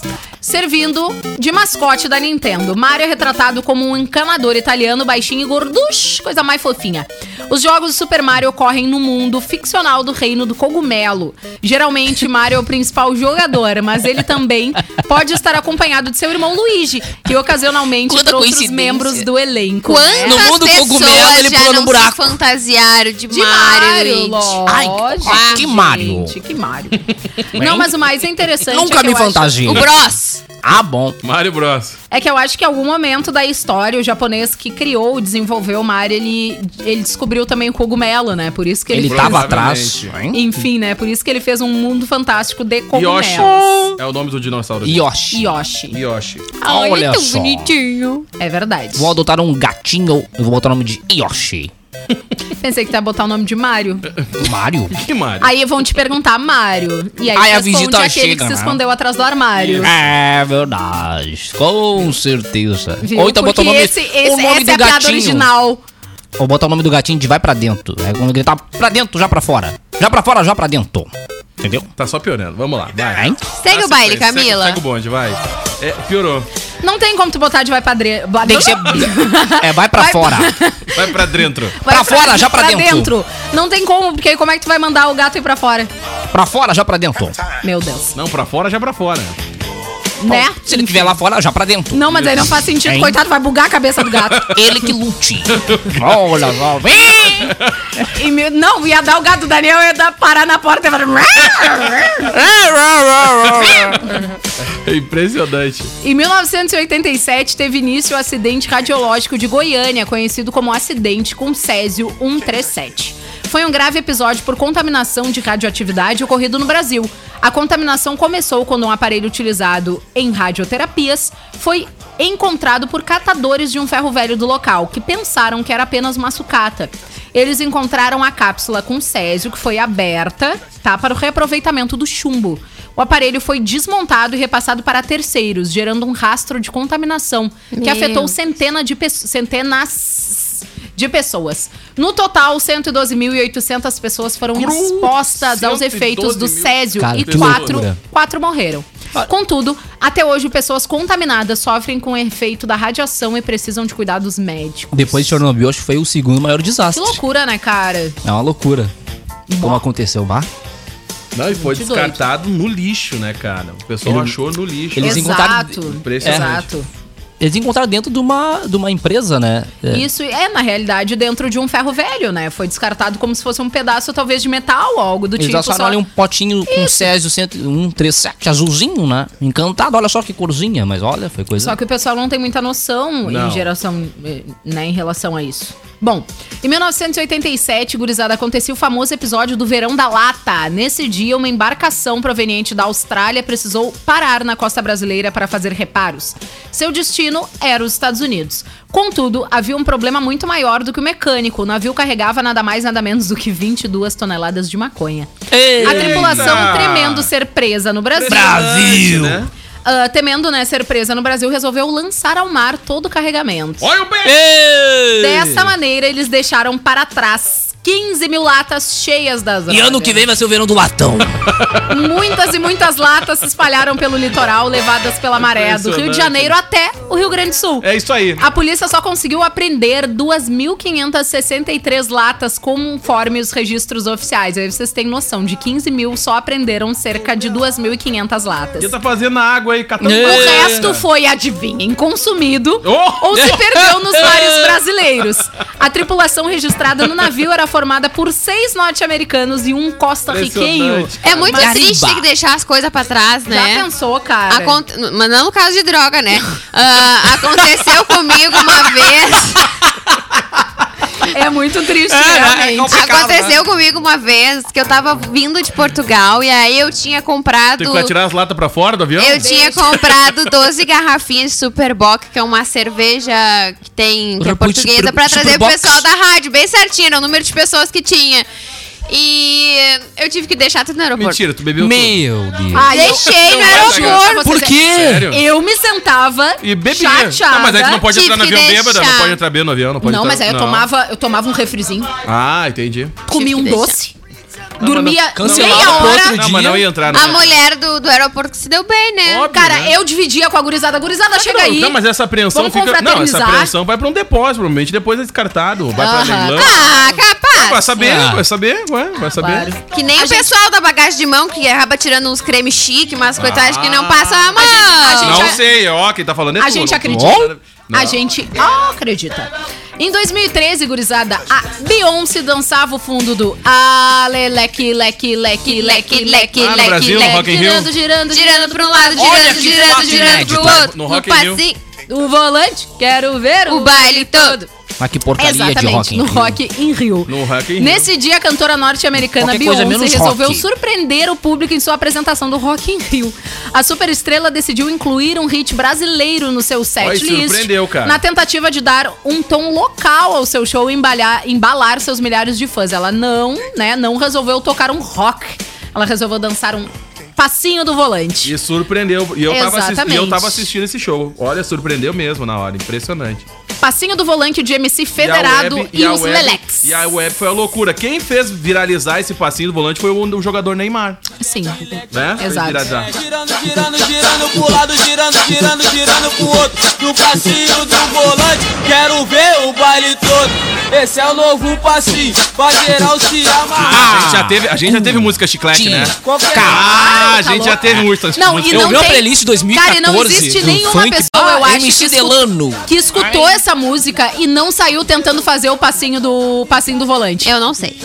Speaker 6: Servindo de mascote da Nintendo. Mario é retratado como um encanador italiano baixinho e gorducho, coisa mais fofinha. Os jogos do Super Mario ocorrem no mundo ficcional do reino do cogumelo. Geralmente, Mario é o principal jogador, mas ele também pode estar acompanhado de seu irmão Luigi, que ocasionalmente
Speaker 5: Quanta
Speaker 6: por outros
Speaker 5: coincidência.
Speaker 6: membros do elenco. né?
Speaker 7: Quantas
Speaker 5: No mundo
Speaker 7: pessoas
Speaker 5: cogumelo, ele
Speaker 7: já
Speaker 5: pulou no
Speaker 7: não
Speaker 5: buraco.
Speaker 7: se fantasiaram de,
Speaker 6: De
Speaker 7: Mario,
Speaker 6: Mario,
Speaker 7: Luigi?
Speaker 6: lógico.
Speaker 5: Ai, que
Speaker 6: gente,
Speaker 5: Mario.
Speaker 6: que Mario. Não, mas o mais interessante é
Speaker 5: Nunca
Speaker 6: que
Speaker 5: me
Speaker 6: eu acho-
Speaker 5: fantasiei.
Speaker 7: O Bros. É
Speaker 5: Ah, bom.
Speaker 4: Mário Bros.
Speaker 6: É que eu acho que em algum momento da história, o japonês que criou e desenvolveu o Mario, ele, ele descobriu também o cogumelo, né? Por isso que ele,
Speaker 5: Ele tá-
Speaker 6: fez...
Speaker 5: tava atrás.
Speaker 4: Provavelmente.
Speaker 5: hein?
Speaker 6: Enfim, né? Por isso que ele fez um mundo fantástico de cogumelos.
Speaker 4: Yoshi. É o nome do dinossauro.
Speaker 5: Yoshi.
Speaker 6: Yoshi.
Speaker 4: Yoshi.
Speaker 5: Ah, Olha só.
Speaker 7: bonitinho.
Speaker 6: É verdade.
Speaker 5: Vou adotar um gatinho. Eu vou botar o nome de Yoshi.
Speaker 6: Pensei que tu ia botar o nome de Mario.
Speaker 5: Mario?
Speaker 4: Que Mário?
Speaker 6: Aí vão te perguntar Mario. E aí,
Speaker 5: Aí a
Speaker 6: responde
Speaker 5: visita
Speaker 6: aquele
Speaker 5: chega,
Speaker 6: que se
Speaker 5: né?
Speaker 6: escondeu atrás do armário.
Speaker 5: É verdade. Com certeza.
Speaker 6: Viu?
Speaker 5: Ou então botar
Speaker 6: Porque
Speaker 5: o nome,
Speaker 6: esse, esse,
Speaker 5: o nome
Speaker 6: essa é
Speaker 5: do
Speaker 6: a piada
Speaker 5: gatinho.
Speaker 6: original.
Speaker 5: Ou botar o nome do gatinho de vai pra dentro. É quando gritar pra dentro, já pra fora. Já pra fora, já pra dentro. Entendeu?
Speaker 4: Tá só piorando. Vamos lá, vai.
Speaker 5: Hein?
Speaker 7: Segue
Speaker 4: Dá
Speaker 7: o baile,
Speaker 4: sequência, segue-
Speaker 7: Camila.
Speaker 4: Segue o bonde, vai. É, piorou.
Speaker 6: Não tem como tu botar de vai pra dre...
Speaker 5: Tem que ser. É, vai pra
Speaker 6: Vai-
Speaker 5: fora.
Speaker 4: Vai pra dentro.
Speaker 6: Vai
Speaker 5: pra fora, já pra dentro.
Speaker 6: Não tem como, porque aí como é que tu vai mandar o gato ir pra fora?
Speaker 5: Pra fora, já pra dentro.
Speaker 6: Meu Deus.
Speaker 4: Não, pra fora, já é pra fora.
Speaker 6: né?
Speaker 5: Se ele tiver lá fora, já pra dentro.
Speaker 6: Não, mas aí não faz sentido,
Speaker 5: Hein?
Speaker 6: coitado, vai bugar a cabeça do gato.
Speaker 5: Ele que lute. Olha só. Vem!
Speaker 6: E me- não, ia dar o gato do Daniel, ia dar, parar na porta e falar.
Speaker 4: É impressionante.
Speaker 6: em 1987 teve início o acidente radiológico de Goiânia, conhecido como acidente com Césio 137. Foi um grave episódio por contaminação de radioatividade ocorrido no Brasil. A contaminação começou quando um aparelho utilizado em radioterapias foi encontrado por catadores de um ferro velho do local, que pensaram que era apenas uma sucata. Eles encontraram a cápsula com césio, que foi aberta tá, para o reaproveitamento do chumbo. O aparelho foi desmontado e repassado para terceiros, gerando um rastro de contaminação, que
Speaker 7: Meu.
Speaker 6: afetou centena de pe- centenas de pessoas. No total, 112.800 pessoas foram
Speaker 4: Cru!
Speaker 6: expostas aos efeitos do
Speaker 4: 112.000
Speaker 6: césio
Speaker 5: Cara,
Speaker 6: e
Speaker 5: que
Speaker 6: quatro
Speaker 5: loucura.
Speaker 6: Quatro morreram.
Speaker 4: Ah.
Speaker 6: Contudo, até hoje, pessoas contaminadas sofrem com o efeito da radiação e precisam de cuidados médicos.
Speaker 5: Depois de Chernobyl, acho que foi o segundo maior
Speaker 6: Que
Speaker 5: desastre.
Speaker 6: loucura, né, cara?
Speaker 5: É uma loucura. Como aconteceu, vá?
Speaker 4: Não, e foi
Speaker 6: Muito
Speaker 4: descartado no lixo, né, cara? O pessoal
Speaker 5: Ele-
Speaker 4: achou no lixo.
Speaker 5: Eles
Speaker 4: Nossa,
Speaker 6: Exato.
Speaker 5: encontraram-
Speaker 4: Impressionante.
Speaker 6: Exato.
Speaker 5: Eles encontraram dentro de uma, de uma empresa, né? É.
Speaker 6: Isso é, na realidade, dentro de um ferro velho, né? Foi descartado como se fosse um pedaço, talvez, de metal ou algo do
Speaker 5: Eles
Speaker 6: tipo.
Speaker 5: acharam ali um potinho com Césio 137 azulzinho, né? Encantado, olha só que corzinha, mas olha, foi coisa.
Speaker 6: Só que o pessoal não tem muita noção
Speaker 4: Não.
Speaker 6: em geração, eh, né, em relação a isso. Bom, em 1987, gurizada, aconteceu o famoso episódio do Verão da Lata. Nesse dia, uma embarcação proveniente da Austrália precisou parar na costa brasileira para fazer reparos. Seu destino era os Estados Unidos. Contudo, havia um problema muito maior do que o mecânico. O navio carregava nada mais nada menos do que 22 toneladas de maconha.
Speaker 5: Ei.
Speaker 6: A tripulação,
Speaker 4: Eita.
Speaker 6: tremendo ser presa no Brasil.
Speaker 5: Brasil.
Speaker 4: Né?
Speaker 6: ah, temendo, né, ser presa no Brasil, resolveu lançar ao mar todo o carregamento.
Speaker 4: Olha o beijo!
Speaker 5: Ei.
Speaker 6: Dessa maneira, eles deixaram para trás 15 mil latas cheias das
Speaker 5: E ano que vem vai ser o verão do latão.
Speaker 6: Muitas e muitas latas se espalharam pelo litoral, levadas pela maré do Rio de Janeiro até o Rio Grande do Sul.
Speaker 4: É isso aí.
Speaker 6: A polícia só conseguiu apreender 2.563 latas conforme os registros oficiais. Aí vocês têm noção, de 15 mil só aprenderam cerca de 2.500
Speaker 4: O que
Speaker 6: latas.
Speaker 4: tá fazendo na água aí, catando
Speaker 5: É.
Speaker 6: O
Speaker 4: coisa?
Speaker 6: resto foi, adivinhem, consumido
Speaker 4: Oh!
Speaker 6: ou se perdeu nos mares brasileiros. A tripulação registrada no navio era formada por seis norte-americanos e um costa-riquenho.
Speaker 4: Impressionante.
Speaker 7: É muito
Speaker 5: Mas-
Speaker 7: triste ter que deixar as coisas pra trás,
Speaker 6: Já
Speaker 7: né?
Speaker 6: pensou, cara?
Speaker 7: Aconte... Mas não no caso de droga, né? Ah, aconteceu comigo uma vez.
Speaker 6: É muito triste,
Speaker 5: é
Speaker 6: realmente.
Speaker 7: aconteceu comigo uma vez que eu tava vindo de Portugal e aí eu tinha comprado.
Speaker 4: Tem que vai tirar as latas pra fora do avião?
Speaker 7: Eu tinha comprado 12 garrafinhas de Superboc, que é uma cerveja que tem que é
Speaker 5: Repute-
Speaker 7: portuguesa, pra trazer pro
Speaker 5: Superboc.
Speaker 7: pessoal da rádio, bem certinho, era o número de pessoas que tinha. E eu tive que deixar tudo no aeroporto. Ah,
Speaker 4: Mentira, tu bebeu né? tudo.
Speaker 5: Meu Deus.
Speaker 6: Ai, eu-
Speaker 7: Deixei no
Speaker 6: eu juro pra
Speaker 7: aeroporto.
Speaker 6: vocês,
Speaker 5: Por quê?
Speaker 4: Sério?
Speaker 6: Eu me sentava
Speaker 4: E bebia.
Speaker 6: chateada.
Speaker 4: Não, mas aí tu não pode
Speaker 7: Tive
Speaker 4: entrar no
Speaker 7: que
Speaker 4: avião bêbada, não
Speaker 7: deixar.
Speaker 4: pode entrar bêbado no avião, não pode
Speaker 6: Não,
Speaker 4: entrar-
Speaker 6: mas aí eu tomava, eu tomava um refrizinho,
Speaker 4: Ah, entendi.
Speaker 6: comia um
Speaker 7: que deixar.
Speaker 6: doce, dormia
Speaker 5: Cancelava
Speaker 6: meia
Speaker 5: pro
Speaker 6: hora.
Speaker 5: outro
Speaker 4: Não, mas não ia entrar, não.
Speaker 7: A mulher do, do aeroporto que se deu bem, né?
Speaker 4: Óbvio,
Speaker 6: Cara,
Speaker 4: né?
Speaker 6: eu dividia com a gurizada. A gurizada chega
Speaker 4: não,
Speaker 6: aí.
Speaker 4: não, mas essa apreensão
Speaker 6: vamos
Speaker 4: fica. Não, essa
Speaker 6: confraternizar.
Speaker 4: apreensão vai pra um depósito, provavelmente depois é descartado. Vai pra
Speaker 6: Aham.
Speaker 4: leilão.
Speaker 7: Ah,
Speaker 4: Vai
Speaker 7: capaz.
Speaker 4: saber,
Speaker 5: Ah.
Speaker 4: vai saber, ué, vai saber.
Speaker 6: Claro.
Speaker 7: Que nem o pessoal da bagagem de mão que acaba tirando uns cremes chique, umas coisas que
Speaker 4: Ah.
Speaker 7: não passa a mão.
Speaker 6: a gente-
Speaker 4: Não
Speaker 6: a-
Speaker 4: sei, ó, quem tá falando é
Speaker 6: A
Speaker 4: tu,
Speaker 6: gente
Speaker 4: não-
Speaker 6: acredita.
Speaker 4: Não.
Speaker 6: A gente acredita. Em 2013, gurizada, a Beyoncé dançava o fundo do Ale, leque, leque, leque, leque, leque,
Speaker 4: Ah, no
Speaker 6: leque,
Speaker 4: Brasil, no Rock in
Speaker 6: leque,
Speaker 4: Rio?
Speaker 6: girando, girando, girando.
Speaker 7: Girando pra um lado,
Speaker 5: Olha
Speaker 7: girando,
Speaker 5: que
Speaker 7: girando,
Speaker 5: fato
Speaker 7: girando pro
Speaker 5: inédito.
Speaker 7: outro.
Speaker 4: No
Speaker 7: No,
Speaker 4: Rock in Rio.
Speaker 7: passinho,
Speaker 6: O volante, quero ver
Speaker 7: o baile todo.
Speaker 5: Mas que porcaria de rock
Speaker 6: Exatamente,
Speaker 5: in
Speaker 6: no
Speaker 5: Rio.
Speaker 6: Rock in Rio.
Speaker 4: No Rock in Rio.
Speaker 6: Nesse dia, a cantora norte-americana
Speaker 5: Qualquer coisa
Speaker 6: Beyoncé
Speaker 5: menos
Speaker 6: resolveu
Speaker 5: rock.
Speaker 6: surpreender o público em sua apresentação do Rock in Rio. A superestrela decidiu incluir um hit brasileiro no seu set
Speaker 4: Olha,
Speaker 6: list.
Speaker 4: surpreendeu, cara.
Speaker 6: Na tentativa de dar um tom local ao seu show e embalhar, embalar seus milhares de fãs. Ela não, né, não resolveu tocar um rock. Ela resolveu dançar um passinho do volante.
Speaker 4: E surpreendeu. E eu tava, assisti- e eu
Speaker 6: Exatamente.
Speaker 4: tava assistindo esse show. Olha, surpreendeu mesmo na hora. Impressionante.
Speaker 6: Passinho do volante de MC Federado
Speaker 4: web-
Speaker 6: e,
Speaker 4: a
Speaker 6: os
Speaker 4: web-
Speaker 6: Lelex.
Speaker 4: E a web foi a loucura. Quem fez viralizar esse passinho do volante foi o, o jogador Neymar,
Speaker 6: Sim.
Speaker 4: né? Fez
Speaker 6: Exato.
Speaker 4: viralizar.
Speaker 8: Girando, girando, girando pro lado, girando, girando, girando pro outro. No passinho do volante, quero ver o baile todo. Esse é o novo passinho, pra geral se
Speaker 6: Ah!
Speaker 8: amarrar.
Speaker 4: a gente já teve, a gente já teve música chiclete,
Speaker 5: Tinha.
Speaker 4: né?
Speaker 8: Qualquer
Speaker 4: Ah, a
Speaker 6: tá
Speaker 4: gente já
Speaker 6: louco.
Speaker 4: teve música
Speaker 6: Não,
Speaker 4: música-
Speaker 6: e
Speaker 5: Eu
Speaker 6: não
Speaker 5: vi uma
Speaker 6: tem-
Speaker 5: playlist de 2014
Speaker 6: Cara, e não existe
Speaker 5: do
Speaker 6: nenhuma
Speaker 5: funk.
Speaker 6: pessoa, eu
Speaker 5: Ah,
Speaker 6: acho,
Speaker 5: MC
Speaker 6: que, escu-
Speaker 5: Delano.
Speaker 6: que escutou essa música e não saiu tentando fazer o passinho do passinho do volante.
Speaker 7: Eu não sei.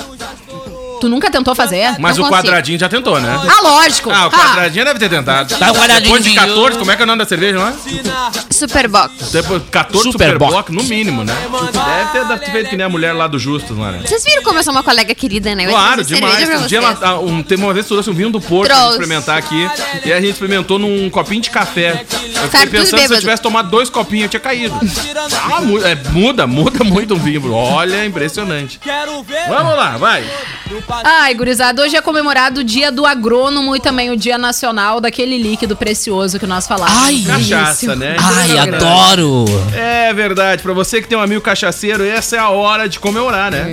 Speaker 6: Tu nunca tentou fazer?
Speaker 4: Mas o
Speaker 7: não consigo.
Speaker 4: quadradinho já tentou, né?
Speaker 6: Ah, lógico.
Speaker 4: Ah, o quadradinho deve ter tentado.
Speaker 5: Tá, o quadradinho.
Speaker 4: Depois de 14, como é que é o nome da cerveja lá?
Speaker 8: esquina,
Speaker 7: Superbox.
Speaker 4: Depois 14
Speaker 5: Super
Speaker 4: Superbock, no mínimo, né? Deve ter, deve ter feito que nem a mulher lá do Justus lá, né?
Speaker 7: Vocês viram como eu sou uma colega querida, né? Eu
Speaker 4: Claro,
Speaker 7: trouxe cerveja
Speaker 4: demais.
Speaker 7: pra
Speaker 4: Um dia ela,
Speaker 7: vocês.
Speaker 4: ah, um, teve uma vez que trouxe um vinho do Porto pra gente
Speaker 7: Trouxe.
Speaker 4: experimentar aqui. E a gente experimentou num copinho de café. Eu fiquei
Speaker 7: Cara, tudo
Speaker 4: pensando se eu
Speaker 7: bêbado.
Speaker 4: tivesse tomado dois copinhos, eu tinha caído.
Speaker 8: girando,
Speaker 4: Ah, mu- é, muda, muda muito um vinho. Olha, impressionante.
Speaker 8: quero ver
Speaker 4: Vamos lá, vai.
Speaker 8: o passinho.
Speaker 6: Ai, gurizada, hoje é comemorado o dia do agrônomo e também o dia nacional daquele líquido precioso que nós falávamos.
Speaker 5: Ai.
Speaker 6: no início.
Speaker 4: Cachaça, né?
Speaker 5: Ai,
Speaker 4: É
Speaker 5: adoro.
Speaker 4: É verdade. Pra você que tem um amigo cachaceiro, essa é a hora de comemorar, né?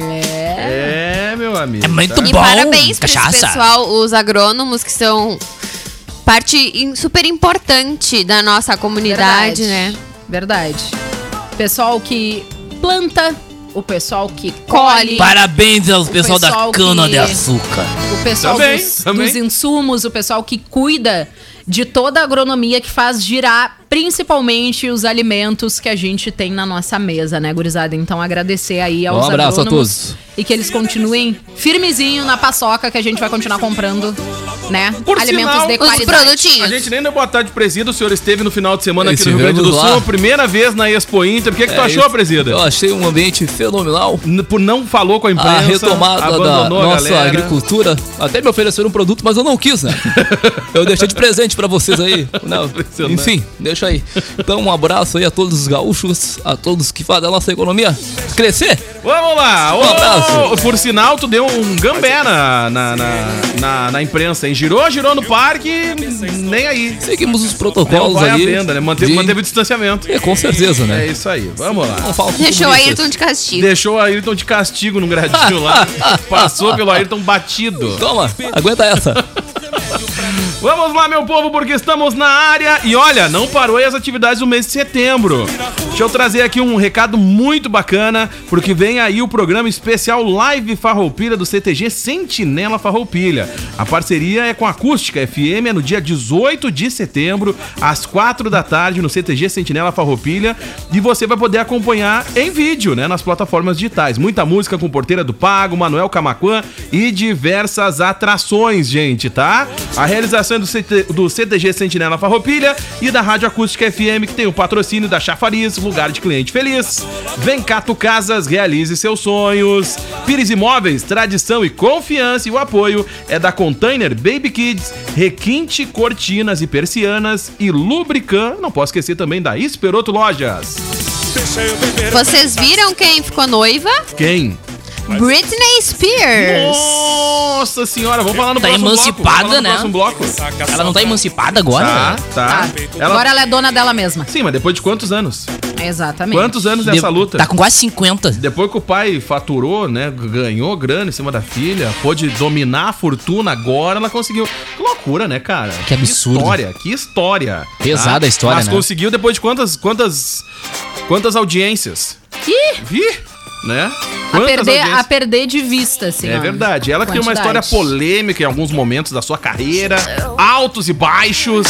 Speaker 4: É, meu amigo.
Speaker 5: É muito
Speaker 7: E
Speaker 5: bom.
Speaker 7: parabéns pra esse
Speaker 5: Cachaça.
Speaker 7: pessoal, os agrônomos, que são parte in- super importante da nossa
Speaker 6: Verdade,
Speaker 7: comunidade, né?
Speaker 6: Verdade. Pessoal que planta, o pessoal que colhe,
Speaker 7: Colhe.
Speaker 5: Parabéns ao pessoal,
Speaker 6: pessoal
Speaker 5: da cana
Speaker 6: que-
Speaker 5: de açúcar.
Speaker 6: o pessoal
Speaker 4: Também,
Speaker 6: dos,
Speaker 4: também.
Speaker 6: dos insumos, o pessoal que cuida de toda a agronomia que faz girar principalmente os alimentos que a gente tem na nossa mesa, né, gurizada? Então agradecer aí aos
Speaker 5: Um abraço a
Speaker 6: agrônomos
Speaker 5: todos.
Speaker 6: e que eles continuem firmezinho na paçoca que a gente vai continuar comprando né?
Speaker 4: Por
Speaker 6: Alimentos
Speaker 4: sinal,
Speaker 6: de
Speaker 7: Os
Speaker 6: qualidade.
Speaker 4: A
Speaker 7: produtinhos.
Speaker 4: gente nem deu boa tarde, presida. O senhor esteve no final de semana aqui
Speaker 10: Esse
Speaker 4: no Rio Grande do
Speaker 10: vemos
Speaker 4: Sul,
Speaker 10: lá.
Speaker 4: primeira vez na Expo Inter. O que, é que tu
Speaker 10: É,
Speaker 4: achou,
Speaker 10: eu-
Speaker 4: presida?
Speaker 10: Eu achei um ambiente fenomenal.
Speaker 4: N- Por não falou com a imprensa,
Speaker 10: A retomada da
Speaker 4: abandonou a
Speaker 10: nossa
Speaker 4: galera.
Speaker 10: agricultura. Até me ofereceram um produto, mas eu não quis, né? Eu deixei de presente pra vocês aí. Não,
Speaker 4: Impressionante.
Speaker 10: enfim, deixa aí. Então, um abraço aí a todos os gaúchos, a todos que fazem a nossa economia crescer.
Speaker 4: Vamos lá! Ô,
Speaker 10: Um abraço.
Speaker 4: por sinal, tu deu um gambé na, na, na, na- na imprensa, hein? Girou, girou no parque, nem aí.
Speaker 10: Seguimos os
Speaker 4: Deu
Speaker 10: protocolos
Speaker 4: vai à
Speaker 10: ali.
Speaker 4: venda, né? Manteve,
Speaker 10: de-
Speaker 4: manteve o distanciamento.
Speaker 10: É, com certeza,
Speaker 4: É
Speaker 10: né?
Speaker 4: isso aí, vamos lá.
Speaker 10: Não falo com
Speaker 7: Deixou o
Speaker 10: comunistas.
Speaker 7: Ayrton de castigo.
Speaker 4: Deixou o Ayrton de castigo num gradinho lá. Passou pelo Ayrton batido.
Speaker 10: Toma, aguenta essa.
Speaker 4: Vamos lá, meu povo, porque estamos na área. E olha, não parou aí as atividades do mês de setembro. Deixa eu trazer aqui um recado muito bacana, porque vem aí o programa especial Live Farroupilha do CTG Sentinela Farroupilha. A parceria é com a Acústica FM, é no dia 18 de setembro, às 4 da tarde, no CTG Sentinela Farroupilha. E você vai poder acompanhar em vídeo, né, nas plataformas digitais. Muita música com Porteira do Pago, Manuel Camacuã e diversas atrações, gente, tá? A realização é do, CT do CTG Sentinela Farroupilha e da Rádio Acústica FM, que tem o patrocínio da Chafariz, lugar de cliente feliz. Vem Cato Casas, realize seus sonhos. Pires Imóveis, tradição e confiança e o apoio é da Container Baby Kids, Requinte Cortinas e Persianas e Lubrican, não posso esquecer também da Esperoto Lojas.
Speaker 7: Vocês viram quem ficou noiva?
Speaker 4: Quem?
Speaker 7: Britney Spears.
Speaker 4: Nossa senhora, vamos falar no
Speaker 5: Tá
Speaker 4: próximo bloco.
Speaker 5: emancipada,
Speaker 4: vamos falar no
Speaker 5: né?
Speaker 4: próximo bloco.
Speaker 5: Ela não tá emancipada agora?
Speaker 4: Tá, tá. Ela...
Speaker 6: Agora ela é dona dela mesma.
Speaker 4: Sim, mas depois de quantos anos?
Speaker 6: Exatamente.
Speaker 4: Quantos anos nessa
Speaker 5: De-
Speaker 4: luta?
Speaker 5: Tá com quase 50.
Speaker 4: Depois que o pai faturou, né? Ganhou grana em cima da filha, pôde dominar a fortuna, agora ela conseguiu. Que loucura, né, cara?
Speaker 5: Que absurdo.
Speaker 4: Que história, que história.
Speaker 5: Pesada
Speaker 4: tá?
Speaker 5: a história,
Speaker 4: Mas
Speaker 5: né?
Speaker 4: conseguiu depois de quantas, quantas, quantas audiências?
Speaker 6: Ih,
Speaker 4: Vi, né?
Speaker 6: a perder,
Speaker 4: audiências?
Speaker 6: a perder de vista, assim.
Speaker 4: É
Speaker 6: ó.
Speaker 4: verdade. Ela que tem uma
Speaker 6: Quantidade.
Speaker 4: história polêmica em alguns momentos da sua carreira, altos e baixos.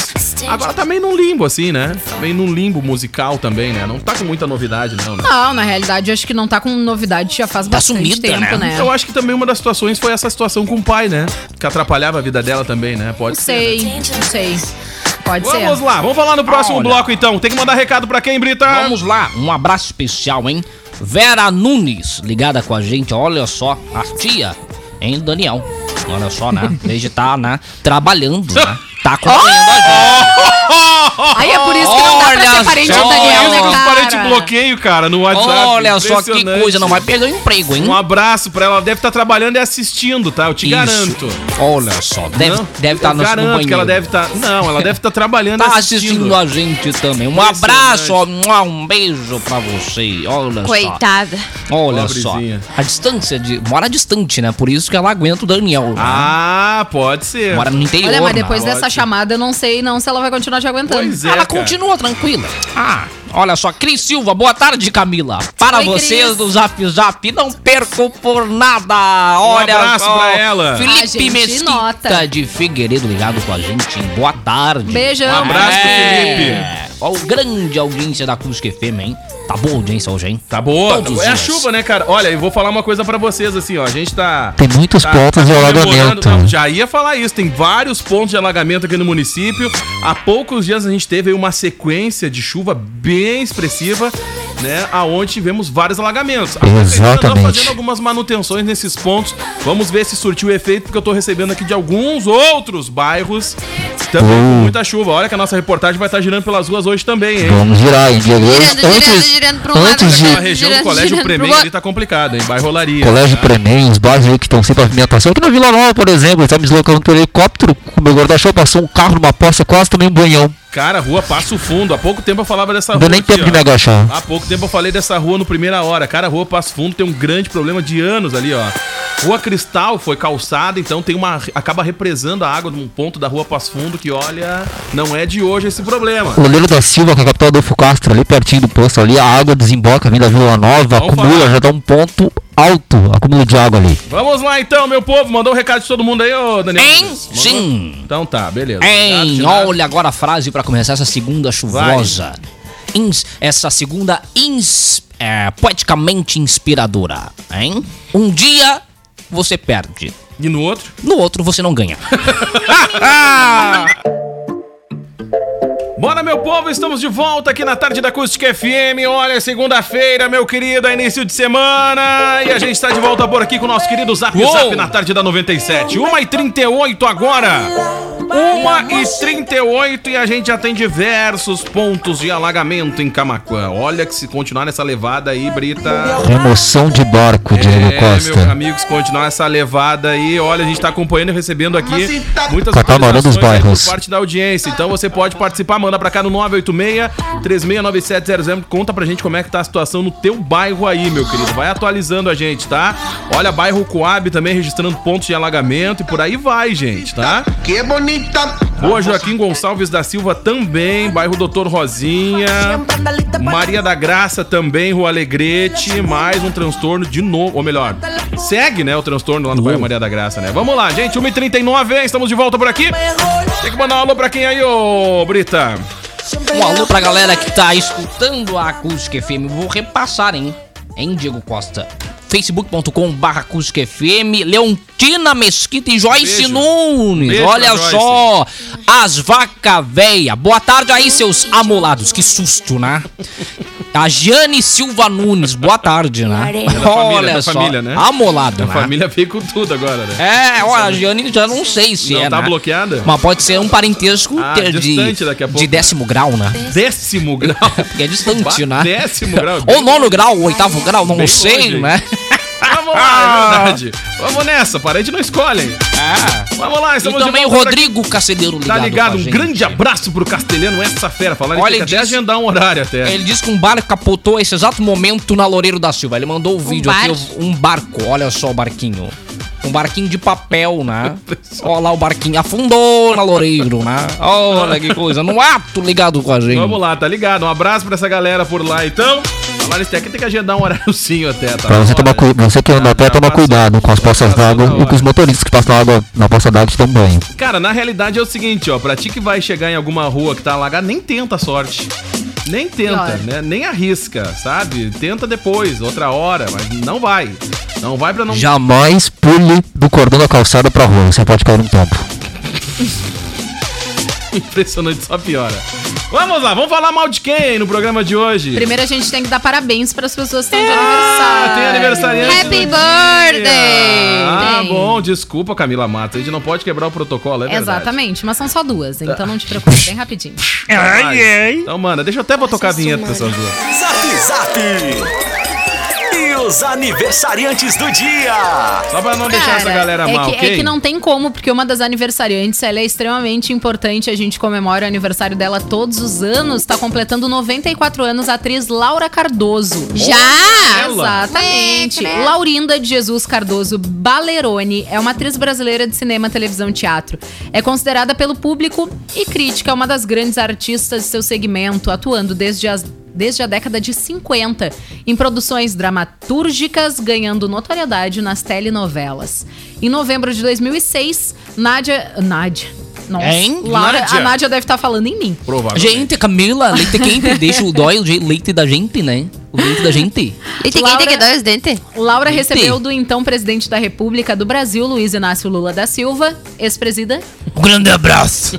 Speaker 4: Agora tá meio num limbo, assim, né? Tá meio num limbo musical também, né? Não tá com muita novidade, não, né?
Speaker 6: Não, na realidade, acho que não tá com novidade já faz
Speaker 5: Tá
Speaker 6: bastante
Speaker 5: sumida,
Speaker 6: tempo,
Speaker 5: né?
Speaker 6: né?
Speaker 4: Eu acho que também uma das situações foi essa situação com o pai, né? Que atrapalhava a vida dela também, né? Pode
Speaker 6: Não
Speaker 4: ser. né?
Speaker 6: sei, não sei. Pode
Speaker 4: Vamos
Speaker 6: ser.
Speaker 4: lá, vamos falar no próximo bloco então. Tem que mandar recado pra quem, Brita?
Speaker 5: Vamos lá, um abraço especial, hein? Vera Nunes, ligada com a gente, olha só, a tia, hein, Daniel? Olha só, né? Desde tá, né, trabalhando, né? Tá acompanhando a gente.
Speaker 6: Aí é por isso que não dá pra
Speaker 5: Olha
Speaker 6: ser parente
Speaker 5: só.
Speaker 6: do Daniel, né,
Speaker 4: Os parentes
Speaker 6: cara?
Speaker 4: bloqueio, cara, no WhatsApp.
Speaker 5: Olha só que
Speaker 4: Impressionante.
Speaker 5: coisa, não vai perder o emprego, hein?
Speaker 4: Um abraço pra ela. Deve estar trabalhando e assistindo, tá? Eu te
Speaker 5: Isso.
Speaker 4: garanto.
Speaker 5: Olha só, deve
Speaker 4: Não,
Speaker 5: estar deve tá
Speaker 4: eu
Speaker 5: no, no
Speaker 4: garanto
Speaker 5: banheiro.
Speaker 4: que ela deve tá estar. Não, ela deve estar trabalhando
Speaker 5: Tá assistindo a gente também. Um abraço, ó, mua, um beijo pra você. Olha
Speaker 7: Coitada.
Speaker 5: só. Olha
Speaker 4: Pobrezinha.
Speaker 5: só. A distância de. Mora distante, né? Por isso que ela aguenta o Daniel. né?
Speaker 4: Ah, pode ser.
Speaker 5: Mora no interior.
Speaker 6: Olha, mas
Speaker 5: né?
Speaker 6: depois dessa chamada, eu não sei não se ela vai continuar te aguentando.
Speaker 4: Pois é, cara.
Speaker 5: Ela continua tranquila. Ah, olha só, Cris Silva, boa tarde, Camila. Para
Speaker 6: Oi,
Speaker 5: vocês
Speaker 6: Cris.
Speaker 5: do Zap Zap, não perco por nada.
Speaker 4: Um
Speaker 5: Olha,
Speaker 4: abraço
Speaker 5: ó,
Speaker 4: pra ela.
Speaker 6: A
Speaker 5: Felipe
Speaker 6: gente
Speaker 5: Mesquita
Speaker 6: nota.
Speaker 5: de Figueiredo ligado com a gente. hein? Boa tarde.
Speaker 6: Beijão.
Speaker 4: Um abraço
Speaker 5: É.
Speaker 4: pro Felipe.
Speaker 5: Ó, o grande audiência da Acústica FM, hein? Tá boa a audiência hoje, hein?
Speaker 4: Tá boa.
Speaker 5: Todos os
Speaker 4: é a
Speaker 5: dias.
Speaker 4: chuva, né, cara? Olha, eu vou falar uma coisa pra vocês, assim, ó. A gente tá.
Speaker 10: Tem muitos pontos de
Speaker 4: comemorando-
Speaker 10: alagamento.
Speaker 4: Não, Já ia falar isso. Tem vários pontos de alagamento aqui no município. Há poucos dias a gente teve aí uma sequência de chuva bem expressiva, né? Aonde tivemos vários alagamentos. A prefeitura tá
Speaker 10: Exatamente.
Speaker 4: fazendo algumas manutenções nesses pontos. Vamos ver se surtiu efeito, porque eu tô recebendo aqui de alguns outros bairros também com muita chuva. Olha que a nossa reportagem vai estar girando pelas ruas hoje também, hein?
Speaker 10: Vamos girar, hein, Diego?
Speaker 7: Girando, girando, girando pra um lado.
Speaker 10: antes de-
Speaker 4: Tá Aquela região do Colégio Premier ali
Speaker 7: outro.
Speaker 4: tá complicado, hein? Bairro Olaria.
Speaker 10: Colégio Premen, os bairros aí que estão sem pavimentação. Aqui na Vila Nova, por exemplo, está me deslocando por helicóptero com o meu guarda-chuva, passou um carro numa poça, quase também um banhão.
Speaker 4: Cara, rua Passo Fundo. Há pouco tempo eu falava dessa
Speaker 10: Não
Speaker 4: rua.
Speaker 10: deu nem
Speaker 4: aqui,
Speaker 10: tempo de
Speaker 4: ó.
Speaker 10: me agachar.
Speaker 4: Há pouco tempo eu falei dessa rua no primeira hora. Cara, a rua Passo Fundo tem um grande problema de anos ali, ó. Rua Cristal foi calçada, então tem uma. acaba represando a água num ponto da rua Passo Fundo que, olha, não é de hoje esse problema.
Speaker 10: Loleiro da Silva, com a capital Adolfo Castro, ali pertinho do posto ali, a água desemboca, vem da Vila Nova,
Speaker 4: Vamos
Speaker 10: acumula,
Speaker 4: falar.
Speaker 10: já dá um ponto alto, acúmulo de água ali.
Speaker 4: Vamos lá então, meu povo. Mandou um recado de todo mundo aí, ô Daniel.
Speaker 5: Hein?
Speaker 4: Nunes? Mandou?
Speaker 5: Sim.
Speaker 4: Então tá, beleza. Obrigado,
Speaker 5: Hein,
Speaker 4: Ginásio.
Speaker 5: olha agora a frase pra começar essa segunda chuvosa. Ins- essa segunda ins- é, poeticamente inspiradora, hein? Um dia
Speaker 10: você perde.
Speaker 4: E no outro?
Speaker 10: No outro, você não ganha.
Speaker 4: Bora, meu povo, estamos de volta aqui na tarde da Acústica FM. Olha, é segunda-feira, meu querido, é início de semana. E a gente está de volta por aqui com o nosso querido Zap
Speaker 10: Uou!
Speaker 4: Zap na tarde da 97. 1h38 agora. 1h38 e a gente já tem diversos pontos de alagamento em Camacuã. Olha que se continuar nessa levada aí, Brita.
Speaker 11: Remoção de barco, Diego
Speaker 4: É, meus
Speaker 11: Costa.
Speaker 4: amigos, continuar essa levada aí. Olha, a gente tá acompanhando e recebendo aqui muitas
Speaker 11: Catamarã tá dos
Speaker 4: atualizações aí
Speaker 11: bairros.
Speaker 4: por parte da audiência. Então você pode participar, manda pra cá no 986-369700. Conta pra gente como é que tá a situação no teu bairro aí, meu querido. Vai atualizando a gente, tá? Olha, bairro Coab também registrando pontos de alagamento e por aí vai, gente, tá?
Speaker 12: Que bonita!
Speaker 4: Boa, Joaquim Gonçalves da Silva também, bairro Doutor Rosinha. Maria da Graça também, Rua Alegrete. Mais um transtorno de novo, ou melhor, segue, né, o transtorno lá no
Speaker 10: Uhum.
Speaker 4: bairro Maria da Graça, né? Vamos lá, gente, 1h39, estamos de volta por aqui. Tem que mandar um alô pra quem aí, ô Brita?
Speaker 10: Um alô pra galera que tá escutando a Acústica FM. Vou repassar, hein? Hein, Diego Costa? facebook.com barra Acústica FM, Leontina Mesquita e Joyce
Speaker 4: Beijo.
Speaker 10: Nunes.
Speaker 4: Beijo pra
Speaker 10: Olha
Speaker 4: Joyce.
Speaker 10: só, as vaca véia. Boa tarde aí, seus amolados. Que susto, né? A Jane Silva Nunes, boa tarde, né?
Speaker 4: família,
Speaker 10: Olha
Speaker 4: da
Speaker 10: só,
Speaker 4: família, né?
Speaker 10: amolado,
Speaker 4: A
Speaker 10: né?
Speaker 4: família veio com tudo agora, né?
Speaker 10: É, olha, a Gianni já não sei se
Speaker 4: Não
Speaker 10: é,
Speaker 4: tá
Speaker 10: né?
Speaker 4: bloqueada?
Speaker 10: Mas pode ser um parentesco
Speaker 4: Ah,
Speaker 10: ter de,
Speaker 4: distante daqui a pouco,
Speaker 10: de
Speaker 4: né?
Speaker 10: décimo grau, né?
Speaker 4: Décimo grau.
Speaker 10: Porque é distante, né?
Speaker 4: Décimo grau.
Speaker 10: Ou nono grau, ou oitavo grau, não
Speaker 4: Bem
Speaker 10: sei,
Speaker 4: longe,
Speaker 10: né?
Speaker 4: Vamos lá, é verdade. Vamos nessa, parede não escolhe. Vamos lá,
Speaker 10: É. E
Speaker 4: estamos de
Speaker 10: também o
Speaker 4: volta por aqui.
Speaker 10: Rodrigo Cacedeiro ligado
Speaker 4: Tá ligado?
Speaker 10: com a
Speaker 4: Um
Speaker 10: gente.
Speaker 4: grande abraço pro Castelhano, essa fera. Falar
Speaker 10: Olha,
Speaker 4: ele tem
Speaker 10: ele
Speaker 4: que até
Speaker 10: disse-
Speaker 4: agendar um horário até.
Speaker 10: Ele disse que um barco capotou esse exato momento na Loureiro da Silva. Ele mandou o vídeo aqui,
Speaker 6: barco?
Speaker 10: um barco, olha só o barquinho. Um barquinho de papel, né? Olha lá o barquinho, afundou na Loureiro, né? Olha que coisa, no ato ligado com a gente.
Speaker 4: Vamos lá, tá ligado? Um abraço pra essa galera por lá, então. Falar isso aqui tem que agendar um horáriozinho até, tá?
Speaker 11: Pra você, tomar, cu- você que anda a pé, toma cuidado com as poças d'água
Speaker 4: passou da
Speaker 11: e com os motoristas que passam água na poça d'água que estão banho.
Speaker 4: Cara, na realidade é o seguinte, ó. Pra ti que vai chegar em alguma rua que tá alagada, nem tenta a sorte. Nem tenta,
Speaker 6: Pior.
Speaker 4: né? Nem arrisca, sabe? Tenta depois, outra hora, mas não vai. Não vai pra não
Speaker 11: Jamais pule do cordão da calçada pra rua, você pode cair um tombo.
Speaker 4: impressionante, só piora. Vamos lá, vamos falar mal de quem no programa de hoje?
Speaker 6: Primeiro a gente tem que dar parabéns para as pessoas que estão de
Speaker 4: Ah,
Speaker 6: aniversário.
Speaker 4: tem aniversariante.
Speaker 7: Happy
Speaker 4: do dia.
Speaker 7: birthday!
Speaker 4: Ah,
Speaker 6: Tem.
Speaker 4: bom, desculpa, Camila Matos. A gente não pode quebrar o protocolo, é verdade.
Speaker 6: Exatamente, mas são só duas, então não te preocupe, bem rapidinho.
Speaker 4: Então, mano, deixa eu até vou tocar a vinheta dessas duas.
Speaker 1: Zap Zap. E os aniversariantes do dia.
Speaker 4: Só pra não deixar essa galera
Speaker 6: é
Speaker 4: mal,
Speaker 6: que,
Speaker 4: ok?
Speaker 6: é que não tem como, porque uma das aniversariantes, ela é extremamente importante, a gente comemora o aniversário dela todos os anos, tá completando 94 anos a atriz Laura Cardoso.
Speaker 7: Já!
Speaker 4: Ela?
Speaker 6: Exatamente.
Speaker 7: Ué, credo.
Speaker 6: Laurinda de Jesus Cardoso Balerone é uma atriz brasileira de cinema, televisão e teatro. É considerada pelo público e crítica uma das grandes artistas de seu segmento, atuando desde as desde a década de 50, em produções dramatúrgicas, ganhando notoriedade nas telenovelas. Em novembro de 2006, Nádia... Nádia... Nossa,
Speaker 10: Hein?
Speaker 6: Laura,
Speaker 4: Nádia?
Speaker 6: a Nádia deve estar falando em mim.
Speaker 4: Provavelmente.
Speaker 10: Gente, Camila, leite quente, deixa o dói, o je- leite da gente, né? O leite da gente.
Speaker 7: E tem quem
Speaker 6: Laura-
Speaker 7: tem que dar os dentes?
Speaker 6: Laura
Speaker 10: Entendi.
Speaker 6: recebeu do então presidente da República do Brasil, Luiz Inácio Lula da Silva, ex-presida,
Speaker 10: Um grande abraço.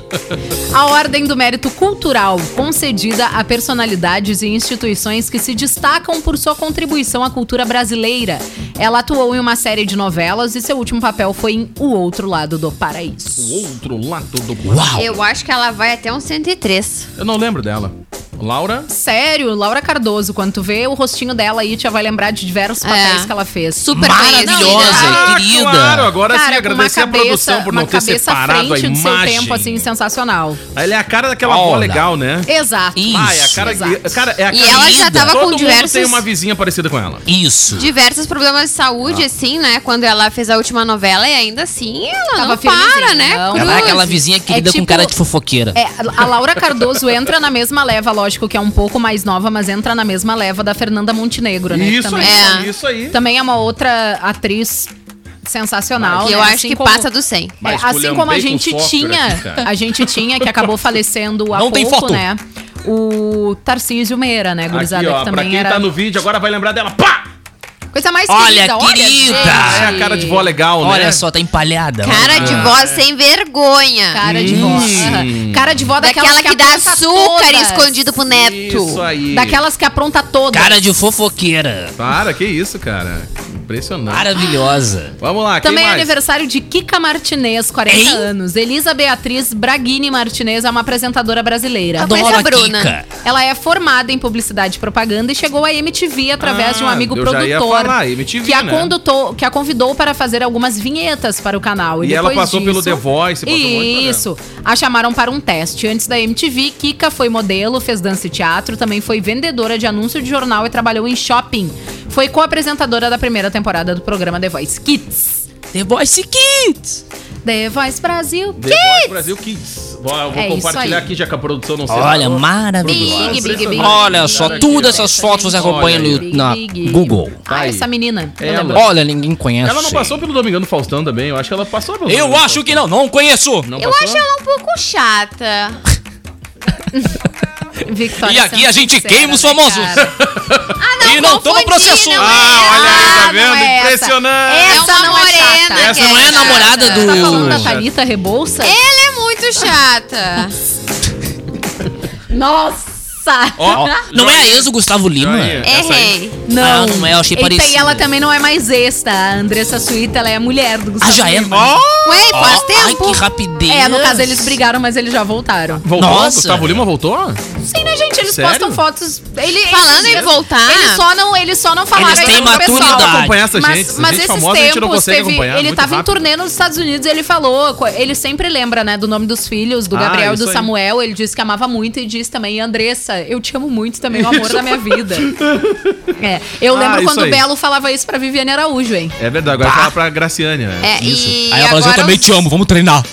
Speaker 6: a Ordem do Mérito Cultural, concedida a personalidades e instituições que se destacam por sua contribuição à cultura brasileira. Ela atuou em uma série de novelas e seu último papel foi em O Outro Lado do Paraíso.
Speaker 4: O outro lado do Uau.
Speaker 7: Eu acho que ela vai até um 103.
Speaker 4: Eu não lembro dela. Laura?
Speaker 6: Sério, Laura Cardoso, quando tu vê o rostinho dela aí, já vai lembrar de diversos papéis
Speaker 7: É.
Speaker 6: que ela fez.
Speaker 7: Super
Speaker 10: Maravilhosa.
Speaker 7: conhecida.
Speaker 10: querida.
Speaker 4: Ah, claro, agora sim,
Speaker 6: é com
Speaker 4: agradecer a produção por não ter separado a
Speaker 6: do seu
Speaker 4: imagem.
Speaker 6: tempo, assim, sensacional.
Speaker 4: Ela é a cara daquela
Speaker 10: Olha.
Speaker 4: avó legal, né?
Speaker 6: Exato.
Speaker 10: Isso.
Speaker 4: Ah, é a cara,
Speaker 6: exato.
Speaker 4: cara, é a
Speaker 7: E
Speaker 4: cara
Speaker 7: ela já
Speaker 4: linda.
Speaker 7: tava com
Speaker 4: Todo mundo
Speaker 7: diversos-
Speaker 4: tem uma vizinha parecida com ela.
Speaker 10: Isso.
Speaker 7: Diversos problemas de saúde,
Speaker 5: Ah.
Speaker 7: assim, né? Quando ela fez a última novela e ainda assim ela
Speaker 6: Tava
Speaker 7: não
Speaker 6: firmezinha,
Speaker 7: para, né?
Speaker 6: não.
Speaker 7: Cruz.
Speaker 10: Ela é aquela vizinha querida
Speaker 6: É tipo-
Speaker 10: com cara de fofoqueira.
Speaker 6: É, a Laura Cardoso entra na mesma leva, lógico que é um pouco mais nova, mas entra na mesma leva da Fernanda Montenegro, né? que
Speaker 4: Isso aí,
Speaker 6: também,
Speaker 7: É.
Speaker 4: isso aí.
Speaker 6: também é uma outra atriz sensacional.
Speaker 7: Que eu
Speaker 6: né?
Speaker 7: acho
Speaker 6: Assim
Speaker 7: que
Speaker 6: como-
Speaker 7: passa do 100.
Speaker 6: É,
Speaker 4: Mas
Speaker 6: assim como a
Speaker 4: culhambei com
Speaker 6: gente
Speaker 4: software
Speaker 6: tinha,
Speaker 4: aqui, cara.
Speaker 6: a gente tinha, que acabou falecendo há
Speaker 10: Não
Speaker 6: pouco,
Speaker 10: tem foto.
Speaker 6: né? O Tarcísio Meira, né, gurizada,
Speaker 4: Aqui, ó,
Speaker 6: que
Speaker 4: pra
Speaker 6: também
Speaker 4: quem
Speaker 6: era...
Speaker 4: tá no vídeo agora vai lembrar dela. Pá!
Speaker 7: Coisa mais
Speaker 5: Olha,
Speaker 7: querida.
Speaker 5: querida.
Speaker 7: gente.
Speaker 4: É a cara de vó legal, né?
Speaker 5: Olha só, tá empalhada.
Speaker 7: Cara de vó sem vergonha.
Speaker 6: Cara de
Speaker 4: Hum.
Speaker 6: vó. aham. Cara de vó daquelas
Speaker 7: Daquela que, dá
Speaker 6: apronta
Speaker 7: açúcar
Speaker 6: todas.
Speaker 7: escondido pro neto.
Speaker 4: Isso aí.
Speaker 6: Daquelas que apronta todas.
Speaker 5: Cara de fofoqueira.
Speaker 4: Para, que isso, cara. Impressionante.
Speaker 5: Maravilhosa.
Speaker 4: Vamos lá, quem
Speaker 6: Também é
Speaker 4: mais?
Speaker 6: aniversário de Kika Martinez, 40
Speaker 5: Hein?
Speaker 6: anos. Elisa Beatriz Braghini Martinez é uma apresentadora brasileira.
Speaker 7: Conhece
Speaker 5: Adoro
Speaker 7: é a Bruna?
Speaker 5: Kika.
Speaker 6: Ela é formada em publicidade e propaganda e chegou à MTV através
Speaker 4: Ah,
Speaker 6: de um amigo
Speaker 4: eu
Speaker 6: produtor
Speaker 4: já ia falar, MTV,
Speaker 6: que, a
Speaker 4: né?
Speaker 6: condutou- que a convidou para fazer algumas vinhetas para o canal.
Speaker 4: E ela
Speaker 6: depois
Speaker 4: passou pelo The Voice, passou um monte de programa.
Speaker 6: Isso. A chamaram para um teste. Antes da MTV, Kika foi modelo, fez dança e teatro, também foi vendedora de anúncio de jornal e trabalhou em shopping. Foi co-apresentadora da primeira temporada do programa The Voice Kids.
Speaker 5: The Voice Kids.
Speaker 6: The Voice Brasil
Speaker 4: The
Speaker 6: Kids.
Speaker 4: Voice Brasil Kids. Bom, eu vou
Speaker 6: É isso
Speaker 4: compartilhar
Speaker 6: aí.
Speaker 4: aqui, já que a produção não
Speaker 5: Olha,
Speaker 4: separou.
Speaker 5: maravilhosa.
Speaker 6: Big, big, big.
Speaker 5: Olha só,
Speaker 4: Olha
Speaker 5: todas
Speaker 4: aqui, ó.
Speaker 5: essas fotos você acompanha no
Speaker 6: Big,
Speaker 5: na
Speaker 6: big.
Speaker 5: Google.
Speaker 6: Ah,
Speaker 4: Vai.
Speaker 6: essa menina.
Speaker 5: É.
Speaker 6: eu
Speaker 4: Ela.
Speaker 6: lembro.
Speaker 5: Olha, ninguém conhece.
Speaker 4: Ela não passou pelo Domingão do Faustão também, eu acho que ela passou pelo
Speaker 5: Eu
Speaker 4: Domingão do
Speaker 5: acho que não, não conheço.
Speaker 4: Faustão. Não
Speaker 7: Eu
Speaker 4: passou?
Speaker 7: acho ela um pouco chata.
Speaker 6: Victoria
Speaker 5: E aqui a
Speaker 6: sendo
Speaker 5: gente
Speaker 6: sincera,
Speaker 5: queima os
Speaker 6: né,
Speaker 5: famosos.
Speaker 6: cara?
Speaker 7: Ah, não,
Speaker 5: E não toma
Speaker 7: confundi,
Speaker 5: processo.
Speaker 7: não é
Speaker 4: Ah, olha aí, tá
Speaker 7: ela, não
Speaker 4: vendo?
Speaker 7: é essa.
Speaker 4: Impressionante.
Speaker 7: Essa,
Speaker 6: Essa
Speaker 7: não
Speaker 6: não é
Speaker 7: morena.
Speaker 6: chata.
Speaker 7: que
Speaker 5: Essa não é a
Speaker 7: chata.
Speaker 5: namorada do-
Speaker 6: Tá falando da Thalita Rebouça?
Speaker 7: Ela é muito chata.
Speaker 6: Nossa!
Speaker 4: Ó,
Speaker 5: Não é a ex do Gustavo Lima?
Speaker 4: Joinha. Essa aí.
Speaker 7: Errei.
Speaker 5: Não. Ah, não é, eu achei
Speaker 6: Eita,
Speaker 5: parecida.
Speaker 6: E ela também não é mais esta. A Andressa Suíta, ela é a mulher do Gustavo.
Speaker 5: Ah, já é?
Speaker 6: Lima.
Speaker 7: Ué,
Speaker 5: Ai,
Speaker 7: faz tempo.
Speaker 5: que rapidez.
Speaker 6: É, no caso eles brigaram, mas eles já voltaram.
Speaker 4: Voltou?
Speaker 5: Nossa.
Speaker 4: Gustavo Lima voltou?
Speaker 6: Sim, né, gente? Eles
Speaker 4: Sério?
Speaker 6: postam fotos. Ele,
Speaker 7: Falando
Speaker 6: eles-
Speaker 7: em voltar.
Speaker 6: Eles só não, eles só não falaram
Speaker 5: Eles
Speaker 6: ainda
Speaker 5: têm
Speaker 6: pro pessoal.
Speaker 5: maturidade.
Speaker 4: Acompanhar essa
Speaker 6: mas,
Speaker 4: gente, essa
Speaker 6: mas
Speaker 4: gente
Speaker 6: esses
Speaker 4: famosa, a
Speaker 6: tempos
Speaker 4: gente não consegue
Speaker 6: teve,
Speaker 4: acompanhar,
Speaker 6: ele
Speaker 4: muito
Speaker 6: tava
Speaker 4: rápido.
Speaker 6: em turnê nos Estados Unidos e ele falou, co- ele sempre lembra, né, do nome dos filhos, do
Speaker 4: Ah,
Speaker 6: Gabriel e do
Speaker 4: isso aí.
Speaker 6: Samuel, ele disse que amava muito e disse também, Andressa, eu te amo muito também, o amor da minha vida. É, eu
Speaker 4: Ah,
Speaker 6: lembro
Speaker 4: isso
Speaker 6: quando
Speaker 4: aí.
Speaker 6: o Belo falava isso pra Viviane Araújo, hein?
Speaker 4: É verdade, agora fala pra Graciane, né?
Speaker 7: É, e
Speaker 5: Aí ela fala assim, eu
Speaker 7: agora
Speaker 5: também
Speaker 7: os,
Speaker 5: te amo, vamos treinar.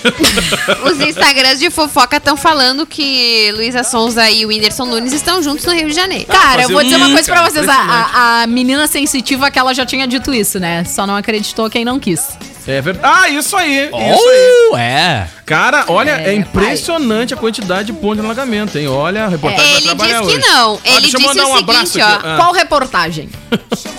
Speaker 7: os Instagrams de fofoca estão falando que Luísa Sonza e o Whindersson Nunes estão juntos no Rio de Janeiro.
Speaker 6: Cara, eu
Speaker 4: fazer
Speaker 6: vou
Speaker 4: um-
Speaker 6: dizer uma coisa pra
Speaker 4: cara,
Speaker 6: vocês. A, a- a menina sensitiva que ela já tinha dito isso, né? Só não acreditou quem não quis.
Speaker 4: É verdade. Ah, isso aí. Isso aí.
Speaker 5: Oh, é.
Speaker 4: Cara, olha, é, impressionante a quantidade de ponto de alagamento, hein? Olha, a reportagem vai
Speaker 7: Ele
Speaker 4: trabalhar
Speaker 7: disse que
Speaker 4: hoje.
Speaker 7: não.
Speaker 4: Ah,
Speaker 7: Ele
Speaker 4: deixa eu
Speaker 7: disse
Speaker 4: mandar
Speaker 7: o
Speaker 4: um abraço
Speaker 7: seguinte,
Speaker 4: aqui,
Speaker 7: ó.
Speaker 4: Ah.
Speaker 6: Qual reportagem?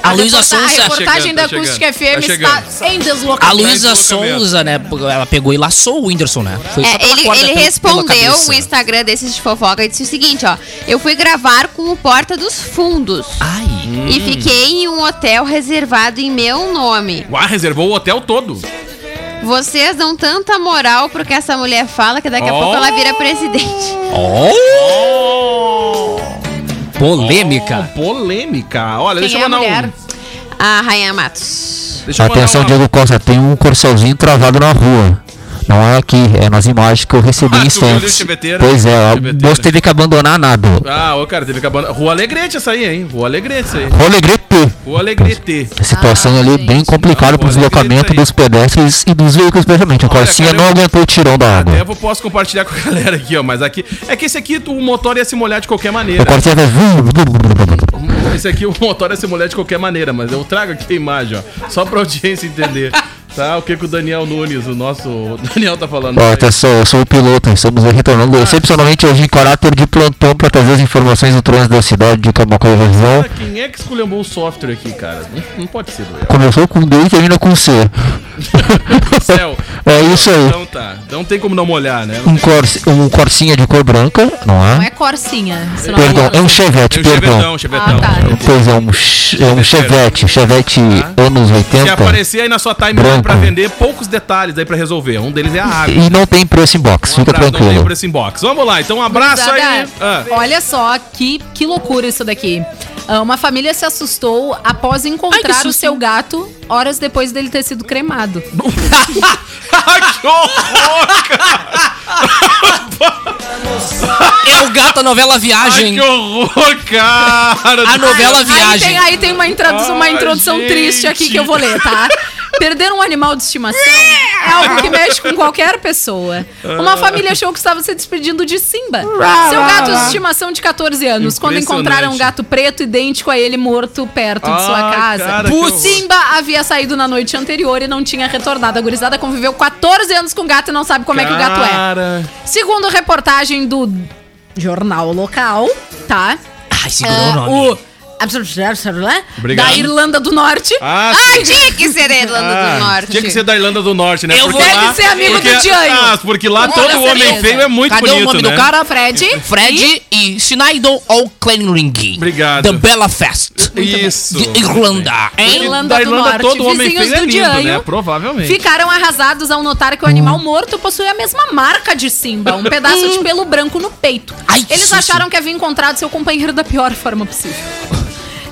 Speaker 5: A Luísa
Speaker 6: reporta- a
Speaker 5: Sonza.
Speaker 6: reportagem
Speaker 4: Tá
Speaker 6: da
Speaker 4: chegando,
Speaker 6: Acústica
Speaker 4: tá chegando,
Speaker 6: FM
Speaker 4: tá
Speaker 6: está em
Speaker 5: A
Speaker 6: deslocamento.
Speaker 5: Luísa
Speaker 4: deslocamento.
Speaker 5: Sonza, né? Ela pegou e laçou o Whindersson, né? Foi só
Speaker 7: É,
Speaker 4: tá
Speaker 5: pela
Speaker 7: ele,
Speaker 5: corda,
Speaker 7: ele
Speaker 5: pela- pela
Speaker 7: respondeu
Speaker 5: cabeça.
Speaker 7: o Instagram desses de fofoca e disse o seguinte, ó. Eu fui gravar com o Porta dos Fundos
Speaker 5: Ai.
Speaker 7: e
Speaker 4: Hum.
Speaker 7: fiquei em um hotel reservado em meu nome.
Speaker 4: Uau, reservou o hotel todo.
Speaker 7: Vocês dão tanta moral pro que essa mulher fala que daqui a
Speaker 4: Oh.
Speaker 7: pouco ela vira presidente.
Speaker 5: Oh! Polêmica.
Speaker 4: Oh, polêmica. Olha,
Speaker 6: Quem
Speaker 4: deixa eu
Speaker 6: é a
Speaker 4: mandar
Speaker 6: mulher?
Speaker 4: um.
Speaker 7: A Rainha Matos.
Speaker 4: Deixa eu mandar
Speaker 10: Atenção,
Speaker 4: um-
Speaker 10: Diego Costa, tem um corcelzinho travado na rua. Não é aqui, é nas imagens que eu recebi
Speaker 4: Ah,
Speaker 10: em
Speaker 4: tu viu ali o
Speaker 10: instantes.
Speaker 4: chiveteiro?
Speaker 10: Pois é, o
Speaker 4: Chiveteiro.
Speaker 10: moço teve que abandonar nada.
Speaker 4: Ah, ô, cara, teve que abandonar. Rua Alegrete essa aí, hein? Rua Alegrete essa aí.
Speaker 10: Rolegrete.
Speaker 4: Rua Alegrete.
Speaker 10: A
Speaker 4: Ah,
Speaker 10: situação ali é bem complicada pro
Speaker 4: olha,
Speaker 10: deslocamento
Speaker 4: acredita aí.
Speaker 10: dos pedestres e dos veículos, principalmente. O
Speaker 4: Olha,
Speaker 10: Corsinha
Speaker 4: cara,
Speaker 10: não
Speaker 4: eu-
Speaker 10: aguentou o tirão da água.
Speaker 4: Até eu posso compartilhar com a galera aqui, ó. Mas aqui. É que esse aqui o motor ia se molhar de qualquer maneira.
Speaker 10: O Corsinha vai...
Speaker 4: Esse aqui o motor ia se molhar de qualquer maneira, mas eu trago aqui a imagem, ó. Só pra audiência entender. Tá? O que, que o Daniel Nunes, o nosso. O Daniel tá falando.
Speaker 10: Ó, atenção, eu sou o piloto, estamos retornando excepcionalmente hoje em caráter de plantão para trazer as informações do trânsito da cidade de Camacuã e região.
Speaker 4: Cara, Quem é que esculhambou o software aqui, cara? Não, não pode ser Daniel.
Speaker 10: Começou com D e termina com um C.
Speaker 4: Céu.
Speaker 10: é isso aí.
Speaker 4: Então tá. Então tem como não molhar, né?
Speaker 10: Um, corsi, um corsinha de cor branca, não
Speaker 6: Não
Speaker 10: é?
Speaker 6: é Corsinha. senão
Speaker 10: Perdão,
Speaker 6: não-
Speaker 10: é um Chevette,
Speaker 4: Tem o chevetão,
Speaker 10: perdão.
Speaker 4: chevetão.
Speaker 6: Ah, tá.
Speaker 10: Pois é, um, ch- é um Chevette, Chevette anos
Speaker 4: Se
Speaker 10: 80.
Speaker 4: aparecer aí na sua timeline
Speaker 10: Então tá. Branco.
Speaker 4: pra vender, poucos detalhes aí pra resolver. Um deles é a água.
Speaker 10: E não tem preço em box, fica
Speaker 4: Não tem
Speaker 10: tranquilo.
Speaker 4: preço inbox. Vamos lá, então um abraço aí.
Speaker 6: Gurizada,
Speaker 4: Ah.
Speaker 6: Olha só que, que loucura isso daqui. Ah, Uma família se assustou após encontrar o seu gato horas depois dele ter sido cremado.
Speaker 4: que horror,
Speaker 5: É o gato da novela
Speaker 4: Ai,
Speaker 5: Viagem.
Speaker 4: que horror, cara.
Speaker 5: A novela
Speaker 6: Aí
Speaker 5: Viagem.
Speaker 6: tem, aí tem uma, introdu- uma
Speaker 4: Ai,
Speaker 6: introdução
Speaker 4: gente.
Speaker 6: triste aqui que eu vou ler, tá? Perder um animal de estimação é algo que mexe com qualquer pessoa. Uma família achou que estava se despedindo de Simba, seu gato de estimação de 14 anos, quando encontraram um gato preto idêntico a ele morto perto de sua
Speaker 4: Ai,
Speaker 6: casa.
Speaker 4: Ah, cara, que horror.
Speaker 6: Simba havia saído na noite anterior e não tinha retornado. A gurizada conviveu 14 anos com o gato e não sabe como é que o gato é.
Speaker 4: Cara.
Speaker 6: Segundo reportagem do jornal local, tá?
Speaker 5: Ai, segurou o
Speaker 6: Ah,
Speaker 5: nome.
Speaker 6: o-
Speaker 4: Obrigado.
Speaker 6: Da Irlanda do Norte.
Speaker 4: Ah,
Speaker 7: Ai, tinha que ser a Irlanda
Speaker 4: Ah,
Speaker 7: do Norte.
Speaker 4: Tinha que ser da Irlanda do Norte, né?
Speaker 6: Eu
Speaker 4: Porque
Speaker 6: vou-
Speaker 4: lá-
Speaker 6: Deve ser amigo
Speaker 4: porque,
Speaker 6: do Tianho.
Speaker 4: Ah, porque lá
Speaker 6: Com
Speaker 4: todo
Speaker 6: certeza.
Speaker 4: homem feio é muito
Speaker 5: Cadê
Speaker 4: bonito,
Speaker 5: o nome
Speaker 4: né?
Speaker 5: do cara?
Speaker 6: Fred.
Speaker 5: Fred e Schneidon ou Kleinring.
Speaker 4: Obrigado.
Speaker 5: The Bella Fest.
Speaker 4: Isso.
Speaker 5: De Irlanda.
Speaker 4: Porque
Speaker 5: Hein?
Speaker 6: Irlanda
Speaker 4: da
Speaker 6: do
Speaker 4: Irlanda
Speaker 6: Norte,
Speaker 4: todo homem
Speaker 6: vizinhos
Speaker 4: feio é
Speaker 6: do
Speaker 4: lindo,
Speaker 6: Dianho.
Speaker 4: né? Provavelmente.
Speaker 6: Ficaram arrasados ao notar que o
Speaker 4: Hum.
Speaker 6: animal morto possui a mesma marca de Simba, um pedaço de pelo branco no peito.
Speaker 5: Ai, que
Speaker 6: Eles
Speaker 5: susto.
Speaker 6: acharam que havia encontrado seu companheiro da pior forma possível.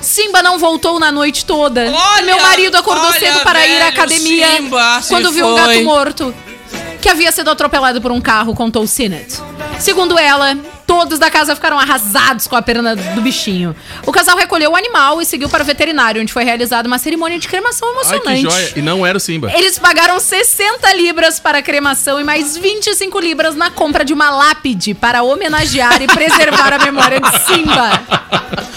Speaker 6: Simba não voltou na noite toda.
Speaker 8: Olha,
Speaker 6: Meu marido acordou
Speaker 8: olha,
Speaker 6: cedo para ir à
Speaker 8: velho,
Speaker 6: academia
Speaker 8: Simba se
Speaker 6: quando viu um
Speaker 8: foi.
Speaker 6: gato morto que havia sido atropelado por um carro, contou Sinet. Segundo ela, todos da casa ficaram arrasados com a perna do bichinho. O casal recolheu o animal e seguiu para o veterinário, onde foi realizada uma cerimônia de cremação
Speaker 4: Ai,
Speaker 6: emocionante.
Speaker 4: que joia. E não era o Simba.
Speaker 6: Eles pagaram 60 libras para a cremação e mais 25 libras na compra de uma lápide para homenagear e preservar a memória de Simba.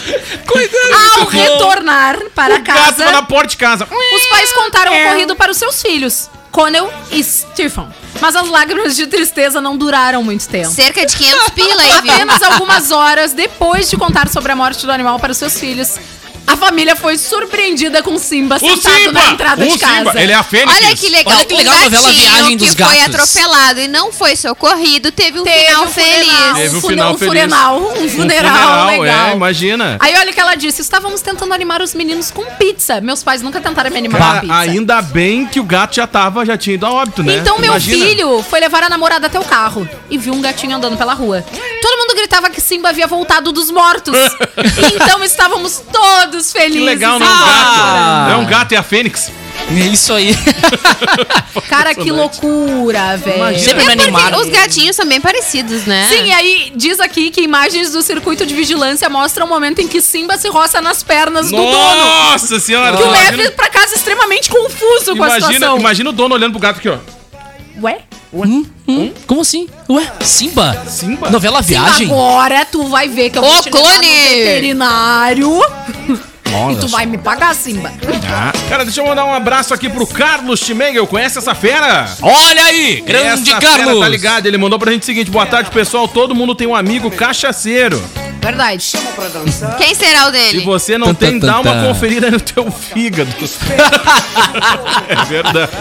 Speaker 6: É, Ao retornar para
Speaker 4: Gato tá na
Speaker 6: casa,
Speaker 4: porta de casa.
Speaker 6: os pais contaram o ocorrido para os seus filhos, Connell e Stephen. Mas as lágrimas de tristeza não duraram muito tempo.
Speaker 4: Então.
Speaker 7: Cerca de 500
Speaker 4: tá
Speaker 7: pila aí, viu?
Speaker 6: Apenas algumas horas depois de contar sobre a morte do animal para os seus filhos, a família foi surpreendida com Simba
Speaker 4: O
Speaker 6: sentado na
Speaker 4: Simba!
Speaker 6: entrada
Speaker 4: O
Speaker 6: de casa.
Speaker 4: Simba! Ele é a Fênix.
Speaker 7: Olha que legal.
Speaker 5: Olha que
Speaker 7: Um
Speaker 5: legal a novela
Speaker 7: gatinho
Speaker 5: Viagem dos
Speaker 7: que foi
Speaker 5: Gatos.
Speaker 7: atropelado e não foi socorrido, teve um
Speaker 6: Teve
Speaker 7: final
Speaker 6: um funeral,
Speaker 7: feliz. É
Speaker 4: Teve um
Speaker 6: fune-
Speaker 4: final
Speaker 6: um
Speaker 4: feliz.
Speaker 6: funeral, um funeral, legal.
Speaker 4: É, imagina.
Speaker 6: Aí olha o que ela disse: estávamos tentando animar os meninos com pizza. Meus pais nunca tentaram me animar com
Speaker 4: Cara,
Speaker 6: pizza.
Speaker 4: ainda bem que o gato já tava, já tinha ido a óbito, né?
Speaker 6: Então meu
Speaker 4: Imagina.
Speaker 6: filho foi levar a namorada até o carro e viu um gatinho andando pela rua. Todo mundo gritava que Simba havia voltado dos mortos. então estávamos todos felizes.
Speaker 4: Que legal, não é um
Speaker 5: Ah!
Speaker 4: gato. É um gato e a Fênix.
Speaker 5: É isso aí.
Speaker 6: Cara, que loucura, velho.
Speaker 5: Sempre me
Speaker 7: É porque
Speaker 5: animaram.
Speaker 7: os gatinhos são bem parecidos, né?
Speaker 4: É.
Speaker 6: Sim, é. e aí diz aqui que imagens do circuito de vigilância mostram o momento em que Simba se roça nas pernas do dono.
Speaker 4: Nossa senhora.
Speaker 6: Que o
Speaker 4: Ah, imagina-
Speaker 6: leva pra casa é extremamente confuso com a
Speaker 4: Imagina,
Speaker 6: situação.
Speaker 4: imagina o dono olhando pro gato aqui, ó.
Speaker 6: Ué?
Speaker 5: Hum, hum, como assim? Ué, Simba?
Speaker 4: Simba?
Speaker 5: Novela Viagem?
Speaker 6: Agora tu vai ver que eu
Speaker 7: Ô,
Speaker 6: vou te levar no
Speaker 7: clone!
Speaker 6: veterinário e tu
Speaker 5: Olha
Speaker 6: vai me pagar, Simba.
Speaker 4: Cara, deixa eu mandar um abraço aqui pro Carlos Schmengel. Conhece essa fera?
Speaker 5: Olha aí, grande
Speaker 4: Essa fera
Speaker 5: Carlos.
Speaker 4: tá ligado, ele mandou pra gente o seguinte: boa tarde, pessoal. Todo mundo tem um amigo cachaceiro.
Speaker 6: Verdade.
Speaker 7: Quem será o
Speaker 4: Se
Speaker 7: dele?
Speaker 4: você não
Speaker 5: Tan,
Speaker 4: tem,
Speaker 5: tan,
Speaker 4: dá uma
Speaker 5: tan.
Speaker 4: conferida no teu fígado. é verdade.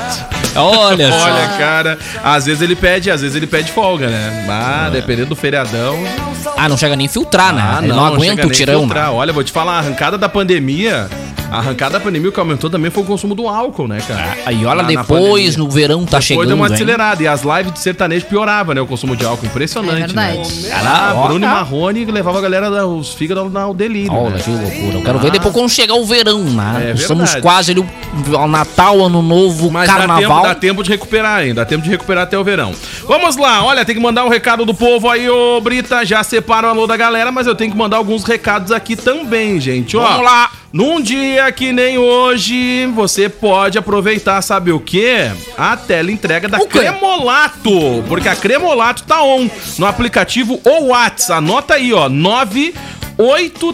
Speaker 5: Olha só.
Speaker 4: Olha, cara, às vezes ele pede, às vezes ele pede folga, né?
Speaker 5: É.
Speaker 4: Ah, dependendo do feriadão.
Speaker 5: Ah, não chega nem filtrar, né?
Speaker 4: Ah,
Speaker 5: Ele não, aguenta
Speaker 4: chega
Speaker 5: o
Speaker 4: nem
Speaker 5: tirão.
Speaker 4: filtrar.
Speaker 5: né?
Speaker 4: Olha, vou te falar, a arrancada da pandemia. A arrancada da pandemia o que aumentou também foi o consumo do álcool, né, cara?
Speaker 5: Aí Ah,
Speaker 4: Na-
Speaker 5: olha
Speaker 4: na
Speaker 5: depois,
Speaker 4: pandemia.
Speaker 5: no verão tá
Speaker 4: Foi deu
Speaker 5: chegando,
Speaker 4: uma
Speaker 5: hein?
Speaker 4: acelerada. E as lives de sertanejo piorava, né? O consumo de álcool. Impressionante,
Speaker 6: É verdade.
Speaker 4: né? Cara,
Speaker 5: Ó,
Speaker 4: Bruno e
Speaker 5: tá.
Speaker 4: Marrone levava a galera da- os fígados ao delírio.
Speaker 5: Olha
Speaker 4: né?
Speaker 5: que loucura. Eu quero ver depois quando chegar o verão, né?
Speaker 4: É
Speaker 5: Estamos
Speaker 4: verdade.
Speaker 5: quase ali, o o Natal, Ano Novo,
Speaker 4: Mas dá tempo,
Speaker 5: Carnaval.
Speaker 4: dá tempo de recuperar ainda, dá tempo de recuperar até o verão. Vamos lá, olha, tem que mandar um recado do povo aí, ô Brita, já separa o alô da galera, mas eu tenho que mandar alguns recados aqui também, gente. Ó,
Speaker 5: Vamos lá.
Speaker 4: Num dia que nem hoje, você pode aproveitar, sabe o quê? A tela entrega da
Speaker 5: O quê?
Speaker 4: Cremolato, porque a Cremolato tá on no aplicativo ou Whats. Anota aí, ó, 98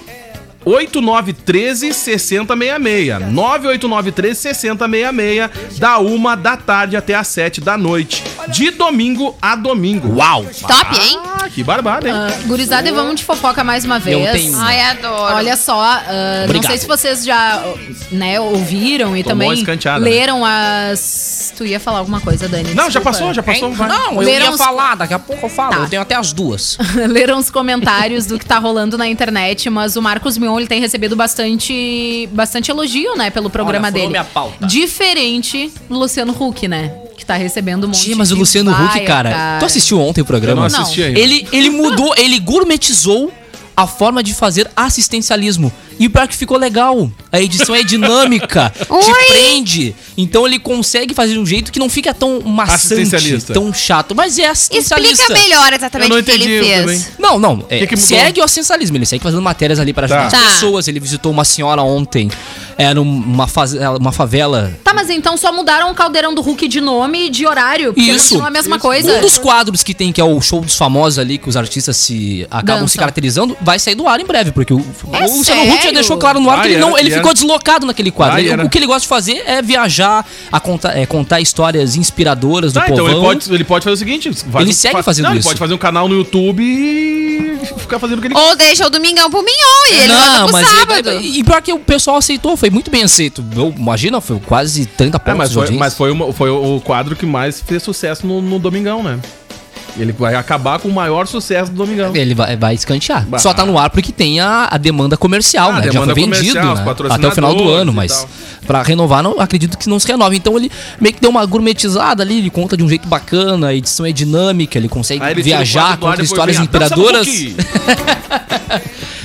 Speaker 4: 8913 6066. 98913 6066. Da 1 da tarde até as 7 da noite. De domingo a domingo. Uau!
Speaker 7: Top, hein?
Speaker 4: Ah, que barbada, hein?
Speaker 6: Ah, gurizada, e vamos de fofoca mais uma vez.
Speaker 5: tenho uma.
Speaker 7: Ai, adoro.
Speaker 6: Olha só, ah, não
Speaker 5: Obrigado.
Speaker 6: sei se vocês já né, ouviram e
Speaker 4: Tomou uma
Speaker 6: também
Speaker 4: escanteada, né?
Speaker 6: leram as. Tu ia falar alguma coisa, Dani?
Speaker 4: Não, já
Speaker 6: desculpa.
Speaker 4: passou, já passou. vai.
Speaker 5: Não, eu
Speaker 6: Leram
Speaker 5: ia
Speaker 6: os-
Speaker 5: falar, daqui a pouco eu falo.
Speaker 6: Tá.
Speaker 5: Eu tenho até as duas.
Speaker 6: leram os comentários do que tá rolando na internet, mas o Marcos Mion ele tem recebido bastante, bastante elogio, né, pelo programa
Speaker 5: furou
Speaker 6: dele.
Speaker 5: minha pauta.
Speaker 6: Diferente do Luciano Huck, né? Que tá recebendo um monte
Speaker 5: Tia, mas o
Speaker 6: de
Speaker 5: Luciano Huck,
Speaker 6: vaia,
Speaker 5: cara, Tu assistiu ontem o programa?
Speaker 4: Eu não assisti
Speaker 6: Não.
Speaker 4: ainda.
Speaker 5: Ele, ele mudou, ele gourmetizou a forma de fazer assistencialismo. E pior é que ficou legal. A edição é dinâmica,
Speaker 7: Oi!
Speaker 5: te prende. Então ele consegue fazer de um jeito que não fica tão maçante,
Speaker 4: Assistencialista.
Speaker 5: tão chato. Mas é assistencialista.
Speaker 7: Explica melhor exatamente
Speaker 4: Eu não
Speaker 7: o que ele
Speaker 4: entendi
Speaker 7: fez.
Speaker 4: também.
Speaker 5: Não, não. É,
Speaker 4: Que que mudou?
Speaker 5: segue o assistencialismo. Ele segue fazendo matérias ali para ajudar
Speaker 4: Tá.
Speaker 5: as
Speaker 7: Tá.
Speaker 5: pessoas. Ele visitou uma senhora ontem. Era um, uma, faz... uma favela.
Speaker 6: Tá, mas então só mudaram o caldeirão do Hulk de nome e de horário, porque
Speaker 5: Isso.
Speaker 6: continua a mesma coisa.
Speaker 5: Um dos quadros que tem, que é o show dos famosos ali, que os artistas se acabam
Speaker 6: Dançam.
Speaker 5: se caracterizando, vai vai sair do ar em breve, porque o,
Speaker 7: É
Speaker 5: o Luciano Huck já
Speaker 7: sério?
Speaker 5: deixou claro no ar
Speaker 4: Ah,
Speaker 5: que ele,
Speaker 4: era,
Speaker 5: não, ele
Speaker 4: era.
Speaker 5: ficou deslocado naquele quadro.
Speaker 4: Ah,
Speaker 5: Ele-
Speaker 4: era.
Speaker 5: o que ele gosta de fazer é viajar, a contar, é, contar histórias inspiradoras do
Speaker 4: Ah, então
Speaker 5: povão.
Speaker 4: ele pode, ele pode fazer o seguinte: vai-
Speaker 5: Ele segue
Speaker 4: faz- um
Speaker 5: fazendo
Speaker 4: não, Ele
Speaker 5: isso.
Speaker 4: pode fazer um canal no YouTube e ficar fazendo o que ele
Speaker 7: Ou deixa o Domingão pro Mignon e ele volta pro
Speaker 5: ele-
Speaker 7: sábado.
Speaker 5: e pior que o pessoal aceitou, foi muito bem aceito. Eu- imagina, foi quase 30
Speaker 4: É,
Speaker 5: pontos
Speaker 4: mas
Speaker 5: de
Speaker 4: foi,
Speaker 5: audiência.
Speaker 4: mas foi, uma- foi o quadro que mais fez sucesso no, no Domingão, né? Ele vai acabar com o maior sucesso do Domingão.
Speaker 5: Ele vai, vai escantear.
Speaker 4: Bah.
Speaker 5: Só tá no ar porque tem a, a demanda comercial,
Speaker 4: Ah,
Speaker 5: né?
Speaker 4: demanda
Speaker 5: Já foi vendido
Speaker 4: comercial, os
Speaker 5: né? até o
Speaker 4: patrocinadores
Speaker 5: final do ano,
Speaker 4: e
Speaker 5: mas
Speaker 4: tal.
Speaker 5: pra renovar, não, acredito que não se renova. Então ele meio que deu uma gourmetizada ali, ele conta de um jeito bacana, a edição é dinâmica, ele consegue
Speaker 4: Aí Ah, ele tira o
Speaker 5: viajar,
Speaker 4: quadro do ar,
Speaker 5: conta
Speaker 4: depois
Speaker 5: histórias
Speaker 4: vem a dança um do
Speaker 5: inspiradoras.
Speaker 4: Hulk.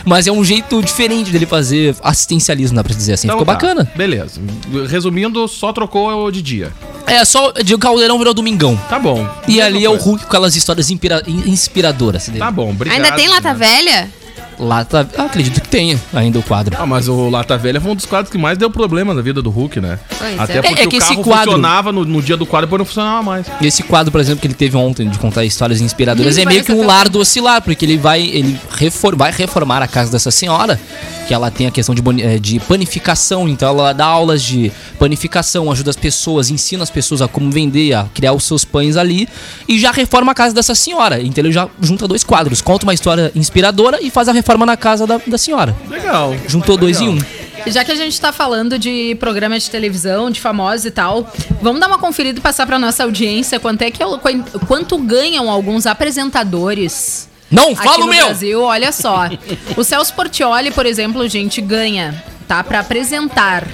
Speaker 5: Mas é um jeito diferente dele fazer assistencialismo, dá pra dizer assim.
Speaker 4: Então
Speaker 5: Ficou
Speaker 4: tá,
Speaker 5: bacana.
Speaker 4: Beleza. Resumindo, só trocou o de dia.
Speaker 5: É só de o Caldeirão virou Domingão.
Speaker 4: Tá bom.
Speaker 5: E
Speaker 4: Mesma
Speaker 5: ali é o
Speaker 4: coisa.
Speaker 5: Hulk com aquelas histórias inspira- in- inspiradoras. dele.
Speaker 4: Tá bom, obrigado.
Speaker 7: Ainda tem
Speaker 5: né?
Speaker 7: lata velha?
Speaker 5: Lá tá. eu acredito que tenha ainda o quadro.
Speaker 4: Ah, mas o Lata Velha foi um dos quadros que mais deu problema na vida do Hulk, né?
Speaker 7: Pois
Speaker 4: Até
Speaker 7: é.
Speaker 4: porque
Speaker 5: É, é que
Speaker 4: o
Speaker 5: esse
Speaker 4: carro
Speaker 5: quadro-
Speaker 4: funcionava no, no dia do quadro, depois não funcionava mais.
Speaker 5: Esse quadro, por exemplo, que ele teve ontem de contar histórias inspiradoras
Speaker 7: Hum,
Speaker 5: é meio que
Speaker 7: parece
Speaker 5: um
Speaker 7: até
Speaker 5: lar do oscilar, porque ele vai ele refor- vai reformar a casa dessa senhora, que ela tem a questão de, boni- eh, de panificação, então ela dá aulas de panificação, ajuda as pessoas, ensina as pessoas a como vender, a criar os seus pães ali, e já reforma a casa dessa senhora. Então ele já junta dois quadros, conta uma história inspiradora e faz a reforma na casa da, da senhora.
Speaker 4: Legal.
Speaker 5: Juntou dois em um.
Speaker 6: Já que a gente tá falando de programas de televisão, de famosos e tal, vamos dar uma conferida e passar pra nossa audiência quanto é que é o- quen- quanto ganham alguns apresentadores.
Speaker 5: Não,
Speaker 6: Aqui
Speaker 5: fala o
Speaker 6: no
Speaker 5: meu!
Speaker 6: Brasil, olha só. O Celso Portioli, por exemplo, gente, ganha, tá? Pra apresentar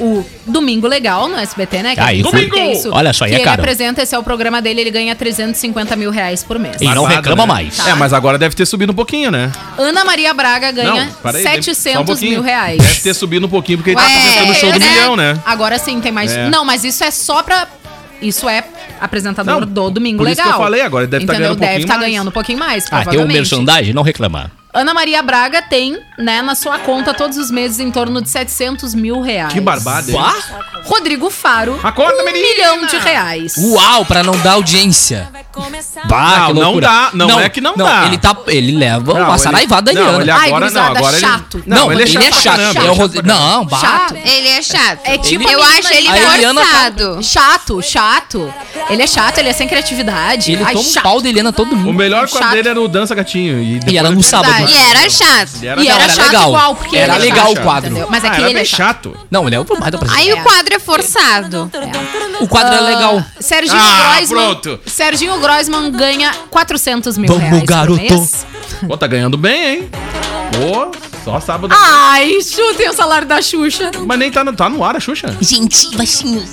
Speaker 6: o Domingo Legal no SBT, né? Que
Speaker 5: Aí,
Speaker 6: a gente sabe que
Speaker 5: Domingo!
Speaker 6: é isso.
Speaker 5: Olha só, aí
Speaker 6: que
Speaker 5: é
Speaker 6: ele
Speaker 5: caro.
Speaker 6: apresenta, esse é o programa dele, ele ganha 350 mil reais por mês.
Speaker 5: E não
Speaker 4: Passada,
Speaker 5: reclama
Speaker 4: né?
Speaker 5: mais.
Speaker 4: É, mas agora deve ter subido um pouquinho, né?
Speaker 6: Ana Maria Braga ganha
Speaker 4: peraí, deve- só um
Speaker 6: 700
Speaker 4: pouquinho.
Speaker 6: mil reais.
Speaker 4: Deve ter subido um pouquinho, porque ele tá
Speaker 7: Ué,
Speaker 4: apresentando o show do
Speaker 7: né?
Speaker 4: milhão, né?
Speaker 6: Agora sim tem mais.
Speaker 4: É.
Speaker 6: Não, mas isso é só pra. Isso é apresentador
Speaker 4: Não,
Speaker 6: do Domingo
Speaker 4: por isso
Speaker 6: Legal.
Speaker 4: que eu falei agora, deve tá
Speaker 6: Entendeu?
Speaker 4: ganhando um
Speaker 6: Deve
Speaker 4: pouquinho
Speaker 6: tá
Speaker 4: mais.
Speaker 6: ganhando um pouquinho mais,
Speaker 5: Ah, tem um
Speaker 6: provavelmente.
Speaker 5: merchandising, não reclamar.
Speaker 6: Ana Maria Braga tem, né, na sua conta todos os meses em torno de 700 mil reais.
Speaker 4: Que barbada, hein?
Speaker 5: Uá?
Speaker 6: Rodrigo Faro,
Speaker 4: Acorda,
Speaker 6: um
Speaker 4: menina!
Speaker 6: milhão de reais.
Speaker 5: Uau, pra não dar audiência. Bah,
Speaker 4: Não,
Speaker 5: que
Speaker 4: não
Speaker 5: loucura.
Speaker 4: dá, não é que não dá.
Speaker 5: Ele, tá, ele leva
Speaker 4: Não,
Speaker 5: uma
Speaker 4: ele-
Speaker 5: saraivada
Speaker 4: não,
Speaker 5: Eliana.
Speaker 4: ele
Speaker 6: Ai,
Speaker 4: agora não,
Speaker 6: gurizada,
Speaker 4: agora ele-
Speaker 6: chato.
Speaker 4: Não,
Speaker 5: Não,
Speaker 4: ele é
Speaker 5: ele, é
Speaker 4: chato pra
Speaker 5: chato.
Speaker 4: caramba,
Speaker 5: é
Speaker 4: ele
Speaker 5: o
Speaker 4: é chato pra
Speaker 5: Rodrigo- Não, bah.
Speaker 6: Chato.
Speaker 7: Ele é chato.
Speaker 6: É tipo
Speaker 7: eu
Speaker 6: a
Speaker 7: acho ele
Speaker 6: menina-
Speaker 5: A Eliana tá-
Speaker 7: forçado.
Speaker 6: Chato, chato. Ele é chato, ele é sem criatividade.
Speaker 5: Ele
Speaker 6: Ai,
Speaker 5: toma um
Speaker 6: chato.
Speaker 5: pau de Helena todo
Speaker 4: O
Speaker 5: mundo.
Speaker 4: melhor
Speaker 6: Chato.
Speaker 4: quadro dele era o Dança Gatinho. E, depois
Speaker 5: E era no
Speaker 7: É
Speaker 4: ele-
Speaker 5: sábado.
Speaker 7: E era chato.
Speaker 4: Ele era
Speaker 6: E
Speaker 5: Não,
Speaker 6: era,
Speaker 5: era
Speaker 6: chato
Speaker 5: legal.
Speaker 6: igual, porque
Speaker 5: Era
Speaker 6: ele é
Speaker 5: legal
Speaker 6: chato,
Speaker 5: o quadro.
Speaker 6: entendeu? Mas
Speaker 4: Ah,
Speaker 6: aqui
Speaker 4: era
Speaker 6: ele
Speaker 4: bem
Speaker 6: é chato.
Speaker 4: chato.
Speaker 5: Não, ele é o mais do
Speaker 7: Aí o quadro é forçado.
Speaker 5: O quadro é legal.
Speaker 6: Ah, Serginho
Speaker 4: Ah,
Speaker 6: Groisman.
Speaker 4: pronto.
Speaker 6: Serginho Groisman ganha 400 mil
Speaker 5: Vamos,
Speaker 6: reais. por
Speaker 5: garoto.
Speaker 6: mês.
Speaker 4: Pô, tá ganhando bem, hein? Pô, só sábado.
Speaker 6: Ah! Ai, chutem o salário da Xuxa.
Speaker 4: Mas nem tá no, tá no ar a Xuxa.
Speaker 5: Gente, baixinhos.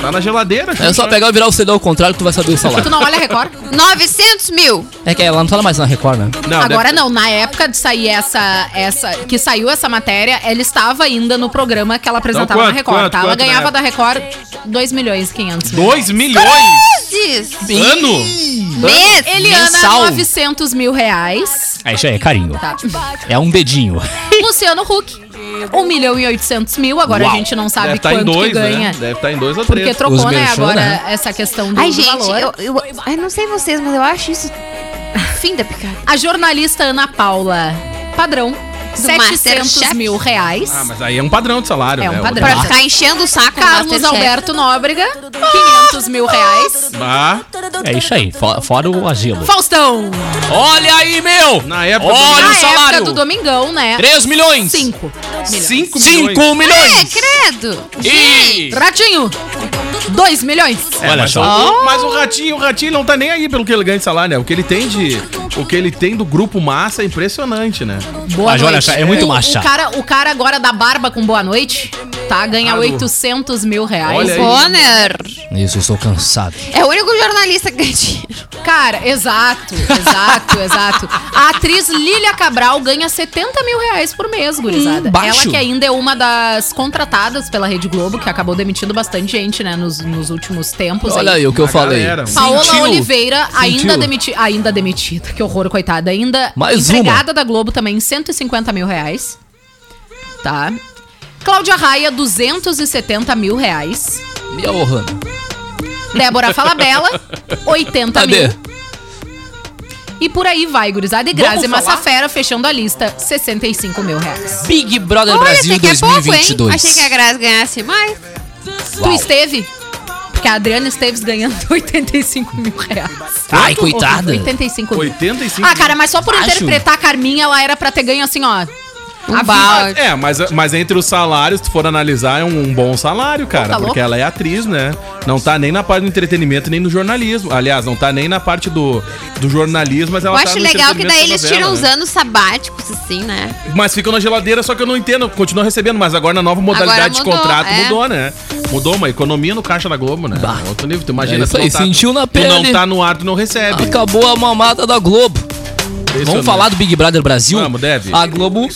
Speaker 4: Tá na geladeira, Xuxa.
Speaker 5: É só pegar e virar o CD ao contrário que tu vai saber o
Speaker 6: Tu
Speaker 5: salário.
Speaker 6: não olha a Record?
Speaker 7: 900 É. mil.
Speaker 5: É que ela não fala mais na Record, né?
Speaker 4: Não,
Speaker 6: Agora não, na época de sair essa, essa. Que saiu essa matéria, ela estava ainda no programa que ela apresentava
Speaker 4: Então, quanto,
Speaker 6: na Record,
Speaker 4: quanto,
Speaker 6: tá? Ela
Speaker 4: quanto na
Speaker 6: ganhava
Speaker 4: época?
Speaker 6: da Record 2 milhões e 500 mil.
Speaker 4: 2 milhões?
Speaker 7: Diz.
Speaker 4: Ano?
Speaker 7: Mês.
Speaker 6: Eliana,
Speaker 5: Mensal.
Speaker 6: 900 mil reais.
Speaker 5: É isso aí, é carinho.
Speaker 6: Tá.
Speaker 5: É um dedinho.
Speaker 6: Luciano Huck, 1 milhão e 800 mil. Agora a gente não sabe
Speaker 4: Deve tá
Speaker 6: quanto
Speaker 4: em dois,
Speaker 6: que ganha.
Speaker 4: né? Deve tá em dois ou
Speaker 6: Porque
Speaker 4: três.
Speaker 6: trocou,
Speaker 5: Os
Speaker 6: né,
Speaker 5: merchan,
Speaker 6: agora
Speaker 5: né?
Speaker 6: essa questão do,
Speaker 7: Ai,
Speaker 6: do
Speaker 7: gente,
Speaker 6: valor.
Speaker 7: eu, eu, ai, não sei vocês, mas eu acho isso. Fim da picada.
Speaker 6: A jornalista Ana Paula Padrão, 700
Speaker 7: Masterchef.
Speaker 6: mil reais.
Speaker 4: Ah, mas aí é um padrão de salário,
Speaker 6: É
Speaker 4: né?
Speaker 6: um padrão.
Speaker 7: Pra ficar Tá enchendo o saco do
Speaker 6: Carlos
Speaker 7: Masterchef.
Speaker 6: Alberto Nóbrega, 500 mil reais.
Speaker 4: Ah,
Speaker 5: É isso aí, fo- fora o asilo.
Speaker 6: Faustão,
Speaker 5: Olha aí, meu!
Speaker 4: Na época do-
Speaker 5: Olha o
Speaker 6: na época do
Speaker 5: salário!
Speaker 6: Domingão, né?
Speaker 5: 3 milhões!
Speaker 6: 5.
Speaker 4: 5 milhões.
Speaker 5: 5
Speaker 7: É,
Speaker 5: milhões!
Speaker 7: credo.
Speaker 5: E...
Speaker 6: Ratinho, 2 milhões.
Speaker 4: É,
Speaker 5: Olha
Speaker 4: mas
Speaker 5: só.
Speaker 6: Ah!
Speaker 4: o- mas o ratinho, o ratinho não tá nem aí pelo que ele ganha de salário, né? O que ele tem de. O que ele tem do grupo massa é impressionante, né?
Speaker 6: Boa
Speaker 5: Mas olha,
Speaker 6: noite.
Speaker 5: é muito
Speaker 6: o,
Speaker 5: macha.
Speaker 6: O cara, o cara agora da barba com boa noite, tá? Ganha
Speaker 4: Claro.
Speaker 6: 800 mil reais.
Speaker 4: Olha aí.
Speaker 7: Bonner.
Speaker 5: Isso, eu estou cansado.
Speaker 7: É o único jornalista que ganha dinheiro.
Speaker 6: Cara, exato, exato, exato. A atriz Lília Cabral ganha 70 mil reais por mês, gurizada.
Speaker 5: Hum, baixo.
Speaker 6: Ela que ainda é uma das contratadas pela Rede Globo, que acabou demitindo bastante gente, né, nos, nos últimos tempos.
Speaker 5: Olha aí o que eu
Speaker 4: A
Speaker 5: falei.
Speaker 4: galera. um-
Speaker 6: Paola
Speaker 5: Sentiu.
Speaker 6: Oliveira, ainda,
Speaker 5: Sentiu.
Speaker 6: demiti ainda demitida, que horror, coitada, ainda
Speaker 5: Mais
Speaker 6: empregada da Globo também, 150 mil reais. Tá. Cláudia Raia, 270 mil reais.
Speaker 5: Meu, Rana.
Speaker 6: Débora Falabella, 80
Speaker 5: Cadê?
Speaker 6: mil. E por aí vai, gurizada. E
Speaker 5: Vamos
Speaker 6: Grazi
Speaker 5: falar?
Speaker 6: Massafera fechando a lista, 65 mil reais.
Speaker 5: Big Brother
Speaker 7: Olha,
Speaker 5: Brasil
Speaker 7: achei que é pouco, hein?
Speaker 5: 2022.
Speaker 7: Achei que a Grazi ganhasse mais.
Speaker 6: Tu esteve? Porque a Adriana Esteves ganhando 85 mil reais.
Speaker 5: Ai, coitada.
Speaker 6: 85 mil.
Speaker 4: 85
Speaker 6: Ah, cara, mas só por
Speaker 5: Acho.
Speaker 6: interpretar a Carminha, ela era pra ter ganho assim, ó.
Speaker 7: Um
Speaker 6: a
Speaker 7: balde.
Speaker 4: É, mas, mas entre os salários, se tu for analisar, é um, um bom salário, cara.
Speaker 6: tá
Speaker 4: porque
Speaker 6: louco?
Speaker 4: ela é atriz, né? Não tá nem na parte do entretenimento, nem no jornalismo. Aliás, não tá nem na parte do, do jornalismo, mas
Speaker 7: Eu
Speaker 4: ela tá
Speaker 7: acho
Speaker 4: no
Speaker 7: legal que
Speaker 4: entretenimento da
Speaker 7: daí eles
Speaker 4: novela,
Speaker 7: tiram
Speaker 4: né?
Speaker 7: os anos sabáticos, assim, né?
Speaker 4: Mas ficam na geladeira, só que eu não entendo. Continua recebendo, mas agora na nova modalidade
Speaker 7: mudou,
Speaker 4: de contrato
Speaker 7: é.
Speaker 4: mudou, né? Mudou uma economia no caixa da Globo, né? Outro nível, tu imagina.
Speaker 5: É isso
Speaker 4: tu não
Speaker 5: aí, sentiu na pele.
Speaker 4: Tu não tá no ar, tu não recebe.
Speaker 5: Acabou a mamata da Globo. Vamos
Speaker 4: Impressionante.
Speaker 5: falar do Big Brother Brasil?
Speaker 4: Vamos, deve.
Speaker 5: A Globo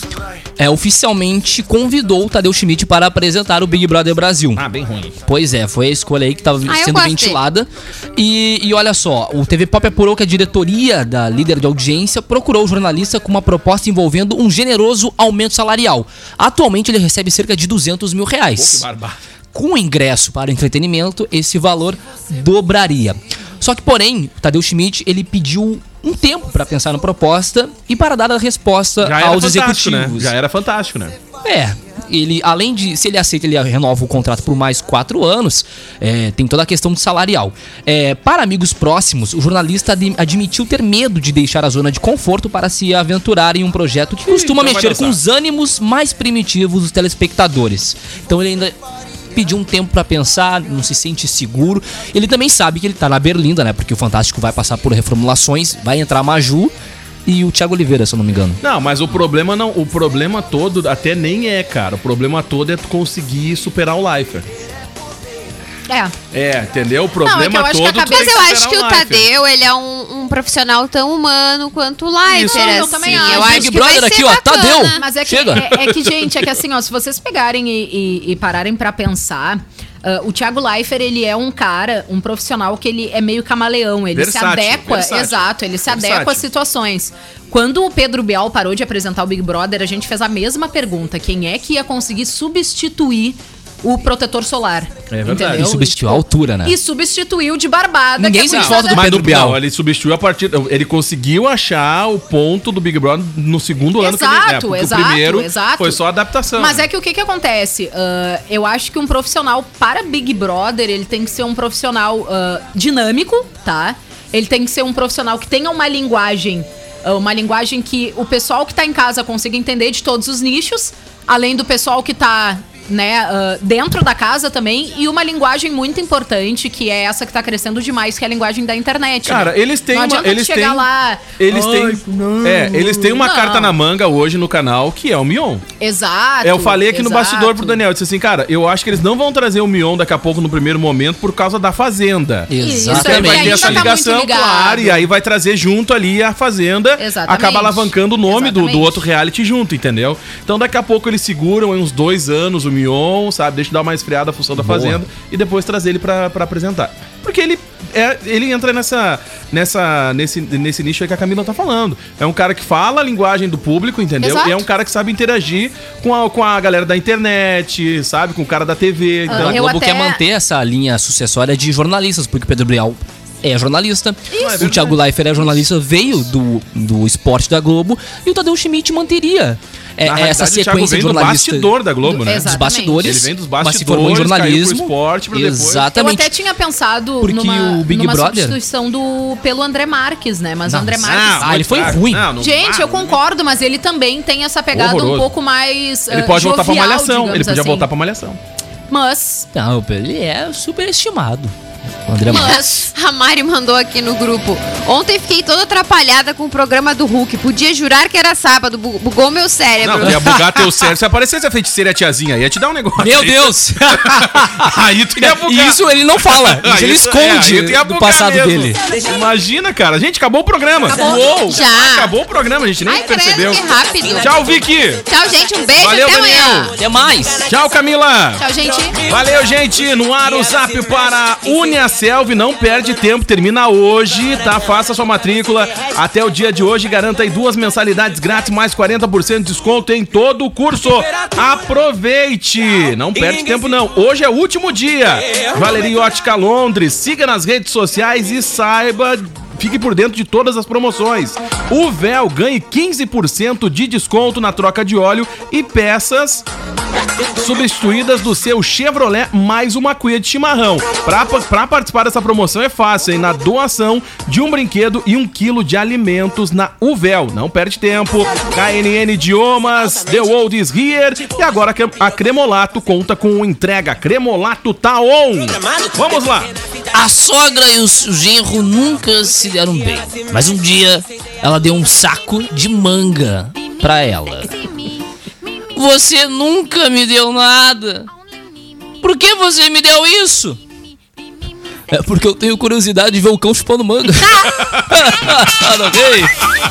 Speaker 5: é, oficialmente convidou o Tadeu Schmidt para apresentar o Big Brother Brasil.
Speaker 4: Ah, bem ruim.
Speaker 5: Pois é, foi a escolha aí que estava
Speaker 7: Ah, eu
Speaker 5: sendo
Speaker 7: gostei.
Speaker 5: ventilada. E, e olha só, o TV Pop apurou que a diretoria da líder de audiência procurou o jornalista com uma proposta envolvendo um generoso aumento salarial. Atualmente ele recebe cerca de 200 mil
Speaker 4: Pô, que
Speaker 5: reais.
Speaker 4: barbado.
Speaker 5: Com o ingresso para o entretenimento, esse valor dobraria. Só que, porém, o Tadeu Schmidt ele pediu um tempo para pensar na proposta e para dar a resposta
Speaker 4: Já era
Speaker 5: aos
Speaker 4: fantástico, né?
Speaker 5: executivos.
Speaker 4: Já era fantástico, né?
Speaker 5: É, ele, além de, se ele aceita, ele renova o contrato por mais quatro anos, é, tem toda a questão de salarial. É, para amigos próximos, o jornalista ad- admitiu ter medo de deixar a zona de conforto para se aventurar em um projeto que costuma
Speaker 4: então vai
Speaker 5: mexer com
Speaker 4: dançar.
Speaker 5: os ânimos mais primitivos dos telespectadores. Então ele ainda pediu um tempo pra pensar, não se sente seguro. Ele também sabe que ele tá na Berlinda, né? Porque o Fantástico vai passar por reformulações, vai entrar a Maju e o Thiago Oliveira, se eu não me engano.
Speaker 4: Não, mas o problema não, o problema todo até nem é, cara. O problema todo é tu conseguir superar o Lifer.
Speaker 6: É.
Speaker 4: É, entendeu? O
Speaker 6: é que
Speaker 4: problema
Speaker 6: eu acho que a
Speaker 4: todo. tu
Speaker 6: cabeça-
Speaker 4: tem um
Speaker 7: Mas
Speaker 4: superar
Speaker 7: eu acho que o
Speaker 4: Lifer.
Speaker 7: Tadeu, ele é um, um profissional tão humano quanto o Leifert,
Speaker 6: Isso.
Speaker 7: assim.
Speaker 6: Eu também acho.
Speaker 7: Eu
Speaker 6: Big
Speaker 7: acho que
Speaker 5: Brother
Speaker 7: vai ser
Speaker 5: aqui, ó,
Speaker 7: bacana.
Speaker 5: Tadeu.
Speaker 6: Mas é que,
Speaker 5: Chega.
Speaker 6: É, é que, gente, é que assim, ó, se vocês pegarem e, e- e pararem pra pensar, ah, o Thiago Leifert, ele é um cara, um profissional que ele é meio camaleão. Ele
Speaker 4: Versátil,
Speaker 6: se adequa,
Speaker 4: versátil.
Speaker 6: exato, ele se
Speaker 4: Versátil.
Speaker 6: adequa às situações. Quando o Pedro Bial parou de apresentar o Big Brother, a gente fez a mesma pergunta: quem é que ia conseguir substituir o protetor solar?
Speaker 4: É verdade.
Speaker 5: Ele substituiu a altura, né?
Speaker 6: E substituiu de barbada.
Speaker 5: Ninguém
Speaker 6: que é
Speaker 5: sente
Speaker 6: a gurizada-
Speaker 5: falta do
Speaker 4: Mas
Speaker 5: Pedro
Speaker 4: no
Speaker 5: Bial.
Speaker 4: Bial, ele substituiu a partir. Ele conseguiu achar o ponto do Big Brother no segundo ano que ele é,
Speaker 6: Exato,
Speaker 4: porque
Speaker 6: exato,
Speaker 4: O primeiro
Speaker 6: exato.
Speaker 4: foi só adaptação.
Speaker 6: Mas é que o que que acontece? Ah, eu acho que um profissional para Big Brother, ele tem que ser um profissional ah, dinâmico, tá? Ele tem que ser um profissional que tenha uma linguagem, ah, uma linguagem que o pessoal que tá em casa consiga entender de todos os nichos, além do pessoal que tá né, ah, dentro da casa também, e uma linguagem muito importante, que é essa que tá crescendo demais, que é a linguagem da internet.
Speaker 4: Cara,
Speaker 6: né?
Speaker 4: eles têm
Speaker 6: Não
Speaker 4: uma-
Speaker 6: adianta tu
Speaker 4: eles
Speaker 6: chegar
Speaker 4: têm-
Speaker 6: lá.
Speaker 4: Eles
Speaker 6: "Ai,
Speaker 4: têm. É, eles têm uma
Speaker 6: Não.
Speaker 4: carta na manga hoje no canal que é o Mion.
Speaker 6: Exato.
Speaker 4: É, eu falei aqui no
Speaker 6: exato.
Speaker 4: bastidor pro Daniel, eu disse assim, cara, eu acho que eles não vão trazer o Mion daqui a pouco no primeiro momento por causa da Fazenda. Porque
Speaker 6: Isso,
Speaker 4: aí vai
Speaker 6: Também.
Speaker 4: ter
Speaker 5: Exatamente.
Speaker 4: essa
Speaker 6: Ainda tá
Speaker 4: ligação,
Speaker 6: muito ligado.
Speaker 4: claro, e aí vai trazer junto ali a Fazenda,
Speaker 6: Exatamente.
Speaker 4: acaba alavancando o nome do, do
Speaker 6: Exatamente.
Speaker 4: outro reality junto, entendeu? Então daqui a pouco eles seguram aí uns dois anos o Mion, sabe? Deixa eu dar uma esfriada a função da Fazenda e depois trazer ele pra, pra apresentar. Porque ele, é, ele entra nessa, nessa, nesse, nesse nicho aí que a Camila tá falando. É um cara que fala a linguagem do público, entendeu?
Speaker 6: Exato.
Speaker 4: E é um cara que sabe interagir com a, com a galera da internet, sabe? Com o cara da TV.
Speaker 6: Ah,
Speaker 4: Então,
Speaker 5: A
Speaker 6: eu
Speaker 5: Globo
Speaker 6: até-
Speaker 5: quer manter essa linha sucessória de jornalistas, porque o Pedro Bial é jornalista, o Thiago Leifert é jornalista, veio do, do esporte da Globo, e o Tadeu Schmidt manteria é,
Speaker 4: na
Speaker 5: essa
Speaker 4: realidade, o Thiago
Speaker 5: sequência de
Speaker 4: vem do
Speaker 5: jornalista.
Speaker 4: bastidor da Globo, né?
Speaker 5: Dos
Speaker 6: Exatamente.
Speaker 5: bastidores,
Speaker 4: Ele vem dos
Speaker 5: mas se formou em
Speaker 4: bastidores, caiu pro
Speaker 5: jornalismo.
Speaker 4: esporte pra depois-
Speaker 6: Eu
Speaker 5: Exatamente.
Speaker 6: até tinha pensado
Speaker 5: Porque
Speaker 6: numa,
Speaker 5: o Big
Speaker 6: numa
Speaker 5: Brother-
Speaker 6: substituição do, pelo André Marques, né? Mas o
Speaker 5: Não,
Speaker 6: André
Speaker 5: não.
Speaker 6: Marques.
Speaker 5: Ah, ele foi ruim.
Speaker 6: Gente, eu concordo, mas ele também tem essa pegada um
Speaker 4: Horroroso.
Speaker 6: pouco mais.
Speaker 4: Ele
Speaker 6: ah,
Speaker 4: pode voltar pra
Speaker 6: jovial,
Speaker 4: malhação.
Speaker 6: digamos
Speaker 4: Ele podia
Speaker 6: assim.
Speaker 4: voltar pra malhação.
Speaker 6: Mas.
Speaker 5: Não, ele é superestimado. O André Marques.
Speaker 6: Mas.
Speaker 7: A Mari mandou aqui no grupo. Ontem fiquei toda atrapalhada com o programa do Hulk. Podia jurar que era sábado, bu- bugou meu
Speaker 5: É
Speaker 7: cérebro.
Speaker 4: Não, tu ia bugar teu cérebro. Se aparecesse a feiticeira e a tiazinha, ia te dar um negócio.
Speaker 5: Meu
Speaker 4: Aí-
Speaker 5: Deus!
Speaker 4: Aí tu ia bugar.
Speaker 5: E isso ele não fala,
Speaker 4: Aí
Speaker 5: isso ele
Speaker 4: tu- é,
Speaker 5: esconde
Speaker 4: aí tu ia
Speaker 5: do
Speaker 4: bugar
Speaker 5: passado
Speaker 4: mesmo.
Speaker 5: dele.
Speaker 4: Imagina, cara. Gente, acabou o programa.
Speaker 7: Acabou. Já.
Speaker 4: Acabou o programa, a gente nem
Speaker 7: Ai, credo,
Speaker 4: percebeu.
Speaker 7: que rápido.
Speaker 4: Tchau, Vicky.
Speaker 7: Tchau, gente. Um beijo.
Speaker 4: Valeu,
Speaker 7: até
Speaker 4: Daniel.
Speaker 7: amanhã.
Speaker 5: Até mais!
Speaker 4: Tchau, Camila.
Speaker 6: Tchau, gente.
Speaker 4: Valeu, gente. No ar o zap para Unia Selv. Não perde tempo, termina hoje, tá? Faça sua matrícula até o dia de hoje. Garanta aí duas mensalidades grátis, mais 40% de desconto em todo o curso. Aproveite! Não perde tempo, não. Hoje é o último dia. Valeria Ótica Londres. Siga nas redes sociais e saiba Fique por dentro de todas as promoções. O véu ganhe 15% de desconto na troca de óleo e peças substituídas do seu Chevrolet mais uma cuia de chimarrão. Pra, pra participar dessa promoção é fácil, hein? Na doação de um brinquedo e um quilo de alimentos na Uvel. Não perde tempo. KNN Idiomas, The World is Here e agora a Cremolato conta com entrega. Cremolato tá on! Vamos lá!
Speaker 5: A sogra e o s- o genro nunca se deram bem. Mas um dia, ela deu um saco de manga pra ela. Você nunca me deu nada. Por que você me deu isso? É porque eu tenho curiosidade de ver o cão chupando manga. Tá ok?